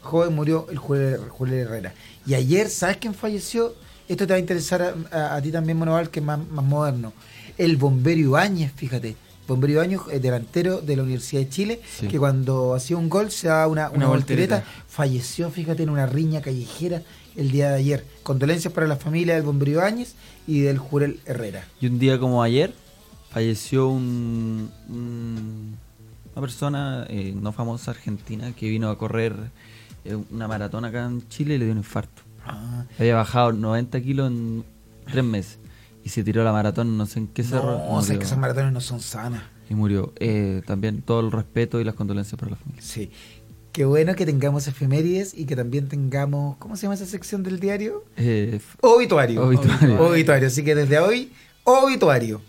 A: Joven murió el Julio, Julio Herrera. Y ayer, ¿sabes quién falleció? Esto te va a interesar a, a- a ti también, Monoval, que es más, más moderno. El bombero Ibáñez, fíjate. Bombero Ibáñez, eh, delantero de la Universidad de Chile,
C: Sí.
A: que cuando hacía un gol se daba una, una,
D: Una
A: voltereta.
D: voltereta.
A: Falleció, fíjate, en una riña callejera el día de ayer. Condolencias para la familia del bombero Ibáñez y del Jurel Herrera.
C: Y un día como ayer falleció un, un- una persona eh, no famosa argentina que vino a correr eh, una maratona acá en Chile y le dio un infarto. Había bajado 90 kilos en tres meses y se tiró la maratón, no sé en qué cerro.
A: no, o sea,
C: murió.
A: es que esas maratones no son sanas.
C: y murió. Eh, también todo el respeto y las condolencias para la familia.
A: Sí. Qué bueno que tengamos efemérides y que también tengamos, ¿cómo se llama esa sección del diario?
C: Eh, f-
A: Obituario.
C: Obituario.
A: Obituario. Así que desde hoy, obituario.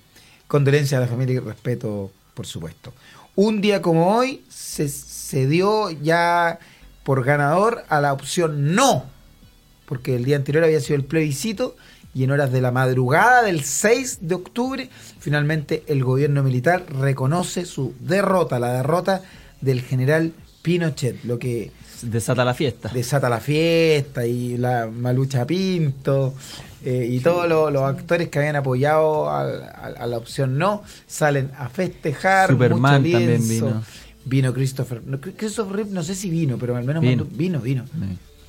A: Condolencia a la familia y respeto, por supuesto. Un día como hoy se, se dio ya por ganador a la opción no, porque el día anterior había sido el plebiscito y en horas de la madrugada del 6 de octubre, finalmente el gobierno militar reconoce su derrota, la derrota del general Pinochet, lo que
C: desata la fiesta.
A: desata la fiesta y la malucha Pinto eh, y todos los, los actores que habían apoyado al- al- a, la opción no salen a festejar.
C: Superman
A: mucho
C: también
A: lienzo.
C: vino.
A: Vino Christopher. no, Cri- Christopher Reeve no sé si vino, pero al menos
C: Vino.
A: mandó- vino, vino.
C: Sí.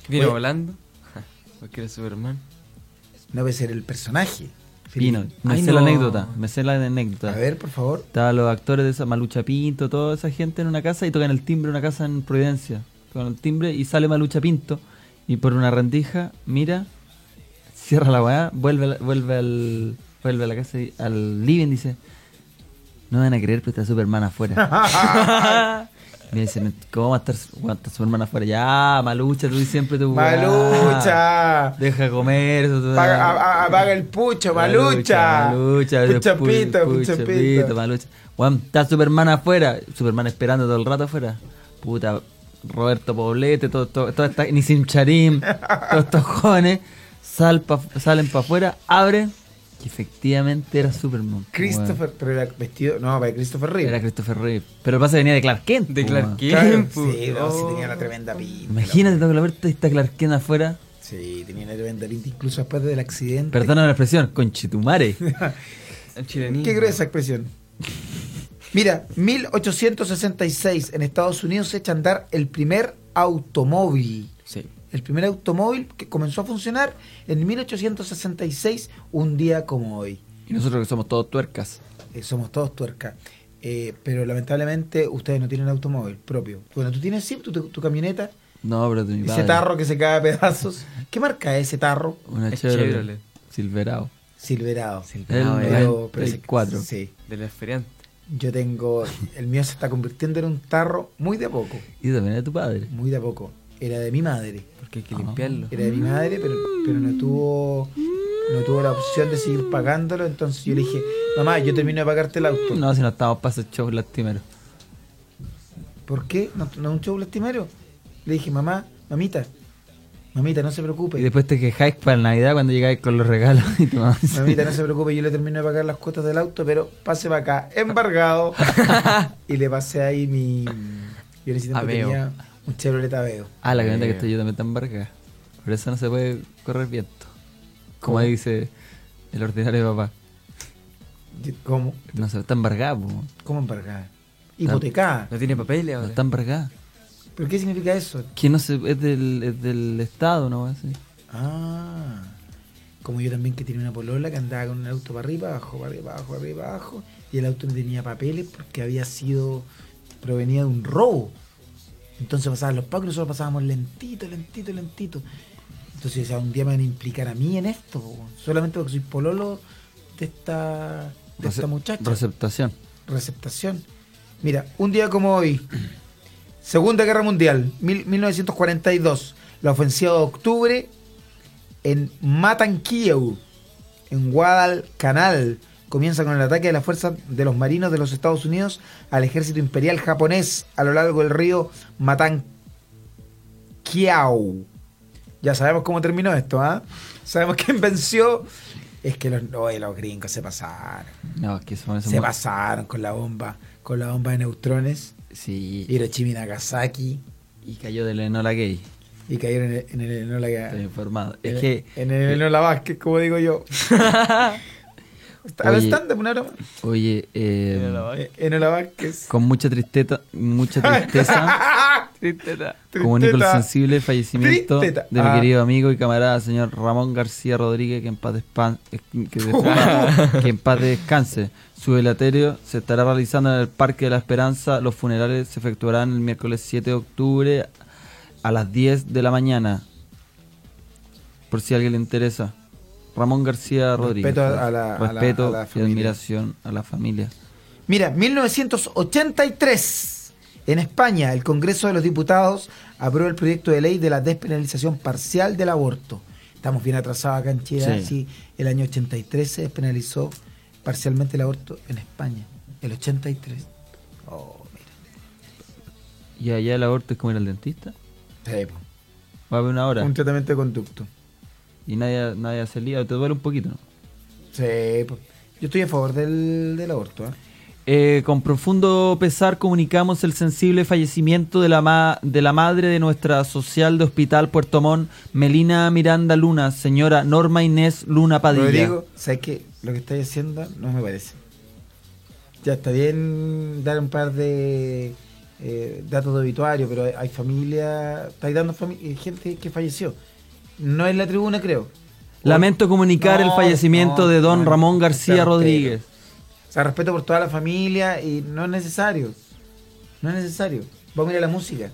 D: Vino
A: Oye.
D: volando. *laughs* Porque era Superman.
A: No debe ser el personaje.
C: Vino. Me
D: Ay,
C: sé la
D: no.
C: anécdota. Me sé la anécdota.
A: A ver, por favor.
C: Estaban los actores de esa Malucha Pinto, toda esa gente en una casa y tocan el timbre, una casa en Providencia. Tocan el timbre y sale Malucha Pinto y por una rendija mira, cierra la weá, vuelve, a la- vuelve, al, vuelve a la casa, y- al living dice, no van a creer, pero está Superman afuera. Me dicen, ¿cómo va a estar weón, está Superman afuera? Ya, Malucha, tú siempre tu weá.
A: Malucha.
C: Deja comer. eso, tú-
A: Paga, a- a- apaga el pucho, malucha.
C: Malucha,
A: Pucha
C: pu-
A: pito, pucha
C: pucha
A: pito.
C: pito, Malucha. Juan, está Superman afuera. Superman esperando todo el rato afuera. Puta, Roberto Poblete, todo, todo, toda esta,
A: *laughs*
C: Nisim Charim, todos estos jóvenes sal pa- salen para afuera, abren. Y efectivamente era Superman.
A: Christopher, pero era vestido. No, para Christopher
C: Weón,
A: Reeve.
C: Era Christopher Reeve. Pero el pasa que venía de Clark Kent.
D: De
C: po,
D: Clark
C: weón.
D: Kent.
A: Claro,
D: Pu-
A: sí, no, sí
D: oh.
A: tenía la tremenda pinta.
C: Imagínate, toca la puerta y está Clark Kent afuera.
A: Sí, tenía una tremenda pinta, incluso después del accidente.
C: Perdona la expresión, conchitumare.
D: El chilenismo.
C: Mm.
A: Qué gruesa expresión. Mira, 1866 en Estados Unidos se echa a andar el primer automóvil.
D: Sí.
A: El primer automóvil que comenzó a funcionar en 1866, un día como hoy.
C: Y nosotros que somos todos tuercas.
A: Eh, somos todos tuerca. Eh, pero lamentablemente ustedes no tienen automóvil propio. Bueno, tú tienes sí, tu, tu- tu camioneta,
C: No, pero de mi
A: ese
C: padre.
A: tarro que se cae a pedazos. ¿Qué marca es ese tarro?
C: Una
D: Es
C: Chevrolet.
D: Chevrolet.
C: Silverado.
A: Silverado.
C: El
D: era
A: Pero- pero ese-
C: 94.
A: Sí.
D: Del esferiante.
A: Yo tengo, el mío se está convirtiendo en un tarro muy de a poco,
C: Y también de tu padre.
A: muy de a poco. Era de mi madre,
D: Porque hay que
C: Ah.
D: limpiarlo.
A: era de mi madre, pero, pero no tuvo no tuvo la opción de seguir pagándolo, entonces yo le dije, mamá, yo termino de pagarte el auto.
C: No, si no estamos para esos shows lastimero.
A: ¿Por qué? ¿No, no es un show lastimero? Le dije, mamá, mamita, mamita, no se preocupe.
C: Y después te quejáis para la Navidad cuando llegáis con los regalos y tu mamá dice,
A: Mamita, no se preocupe, yo le termino de pagar las cuotas del auto, pero pase para acá,
C: *laughs*
A: embargado. y le pasé ahí mi... Yo en ese tiempo
D: Aveo.
A: tenía un Chevrolet Aveo.
C: Ah, la camioneta que estoy yo también está embarcada. Por eso no se puede correr viento. Como
A: ¿Cómo?
C: dice el ordinario papá.
A: Yo- ¿Cómo?
C: No se está embarcada, po.
A: ¿Cómo embargada? Hipotecada.
D: No tiene papeles
C: No
D: ahora.
C: está embarcada.
A: ¿Pero qué significa eso?
C: Que no se, es del, es del Estado, ¿no? Así.
A: Ah, como yo también que tenía una polola que andaba con un auto para arriba, abajo, para arriba, abajo, para arriba, abajo, y el auto no tenía papeles porque había sido, provenía de un robo. Entonces pasaban los pacos y nosotros pasábamos lentito, lentito, lentito. Entonces yo decía, un día me van a implicar a mí en esto, po, solamente porque soy pololo de esta, de esta
C: Rece-
A: muchacha.
C: Receptación.
A: Receptación. Mira, un día como hoy, *clears throat* Segunda Guerra Mundial, mil- 1942, la ofensiva de octubre en Matanquillo, en Guadalcanal. Comienza con el ataque de las fuerzas de los marinos de los Estados Unidos al ejército imperial japonés a lo largo del río Matanquiao. Ya sabemos cómo terminó esto, ¿ah? Sabemos quién venció. Es que los, oye, los gringos se pasaron.
C: No, es que son esos
A: Se
C: mu-
A: pasaron con la bomba, con la bomba de neutrones.
C: Sí, y,
A: Hiroshima y Nagasaki.
C: cayó del Enola Gay.
A: Y cayeron en el, en el Enola.
C: Estoy
A: En,
C: informado.
A: el-
C: Es que,
A: en el Enola Vázquez, como digo
C: *laughs*
A: yo. Al
C: Oye.
A: stand-up, una broma.
C: oye, eh,
A: Eh, Enola Vázquez.
C: con mucha tristeza,
A: *laughs*
C: mucha tristeza,
A: Tristeta.
C: comunico el sensible fallecimiento
A: Tristeta.
C: del
A: Ah.
C: querido amigo y camarada señor Ramón García Rodríguez, que en paz, despan- eh,
A: *laughs*
C: que, despan- que en paz descanse. Su velatorio se estará realizando en el Parque de la Esperanza. Los funerales se efectuarán el miércoles 7 de octubre a las 10 de la mañana. Por si a alguien le interesa. Ramón García Rodríguez.
A: Respeto a la- a la-
C: Respeto
A: a la
C: y
A: familia.
C: admiración a la familia.
A: Mira, 1983. En España, el Congreso de los Diputados aprueba el proyecto de ley de la despenalización parcial del aborto. Estamos bien atrasados acá en Chile.
C: Sí.
A: así, el año 83 se despenalizó parcialmente el aborto en España. El 83. Oh, mira.
C: Y allá el aborto es como ir al dentista.
A: Sí, po.
C: Va a haber una hora.
A: Un tratamiento de conducto.
C: Y nadie, nadie hace lío. Te duele un poquito, ¿no?
A: Sí, po. Yo estoy a favor del, del aborto. ¿eh?
C: Eh, con profundo pesar comunicamos el sensible fallecimiento de la, ma- de la madre de nuestra social de Hospital Puerto Montt, Melina Miranda Luna, señora Norma Inés Luna Padilla.
A: Rodrigo, ¿sabes qué? Lo que estáis haciendo no me parece. Ya está bien dar un par de eh, datos de obituario, pero hay, hay familia, estáis dando fami- eh, gente que falleció. No es la tribuna, creo.
C: Lamento comunicar el
A: No,
C: fallecimiento
A: no,
C: de don
A: no,
C: Ramón
A: no,
C: García
A: espera,
C: Rodríguez.
A: O sea, respeto por toda la familia y no es necesario. No es necesario. Vamos a ir a la música.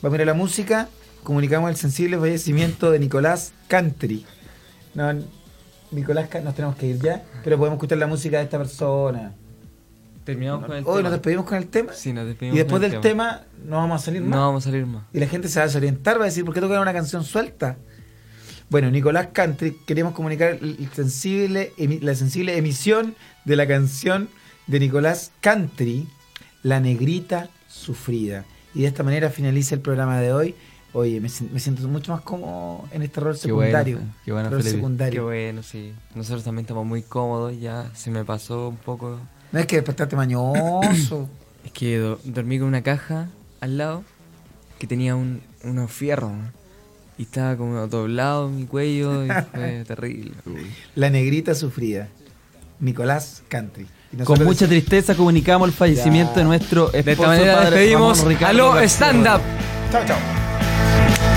A: Vamos a ir a la música. Comunicamos el sensible fallecimiento de Nicolás Cantri. No, Nicolás, Can- nos tenemos que ir ya, pero podemos escuchar la música de esta persona.
D: Terminamos con el
A: Hoy
D: tema.
A: nos despedimos con el tema.
D: Sí, nos despedimos
A: y después
D: con el
A: del tema. no vamos a salir más.
D: No vamos a salir más.
A: Y la gente se va a desorientar, va a decir, ¿por qué tocan una canción suelta? Bueno, Nicolás Country, queríamos comunicar el- el sensible, emi- la sensible emisión de la canción de Nicolás Country, La Negrita Sufrida. Y de esta manera finaliza el programa de hoy. Oye, me, sin- me siento mucho más cómodo en este rol
C: Qué bueno,
A: secundario.
C: qué bueno,
A: rol
C: Felipe.
D: Qué
A: secundario.
D: bueno, sí. Nosotros también estamos muy cómodos, ya se me pasó un poco.
A: No es que despertarte
C: *coughs*
A: mañoso.
D: Es que do- dormí con una caja al lado que tenía un, unos fierros, ¿no? Y estaba como doblado mi cuello y
A: *laughs*
D: fue terrible.
A: la Negrita Sufrida, Nicolás Country. Y
C: Con
A: nosotros
C: mucha tristeza comunicamos el fallecimiento
A: Ya.
C: de nuestro esposo
D: De esta manera
C: padre
D: despedimos
C: Ramón
D: a
C: Ricardo
D: lo
C: García
D: stand-up.
A: decimos, Chao, chao.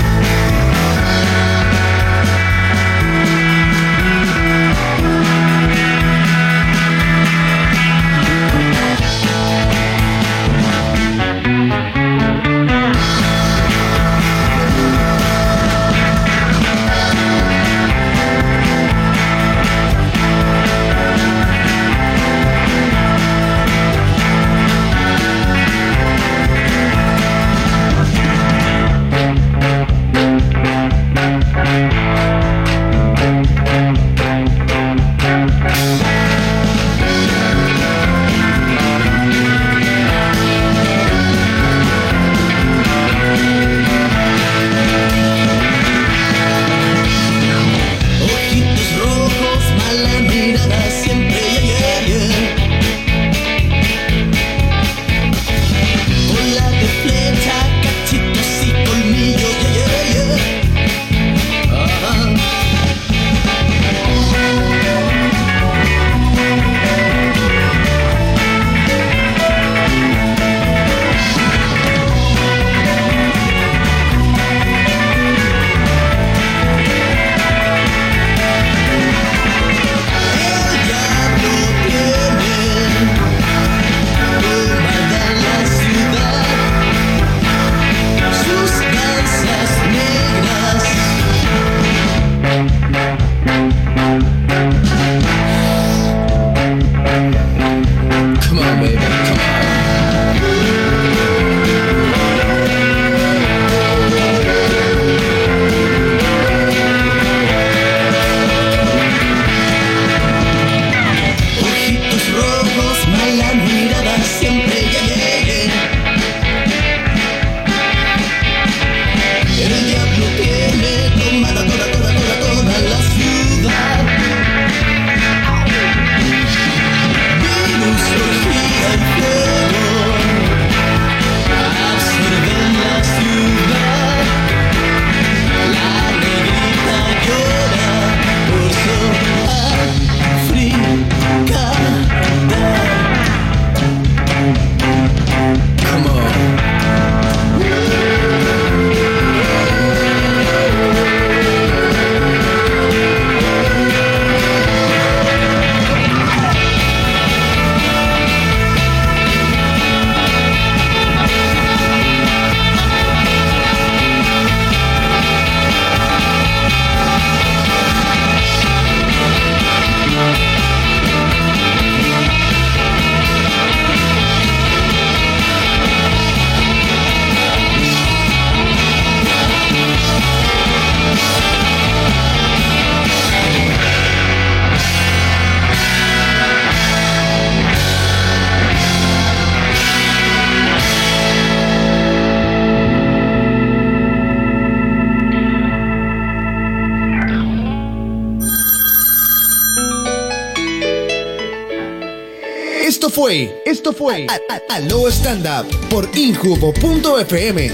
B: Esto fue, esto fue A- A- Aló Stand Up por Injubo.fm.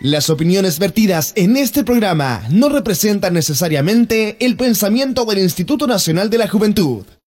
B: Las opiniones vertidas en este programa no representan necesariamente el pensamiento del Instituto Nacional de la Juventud.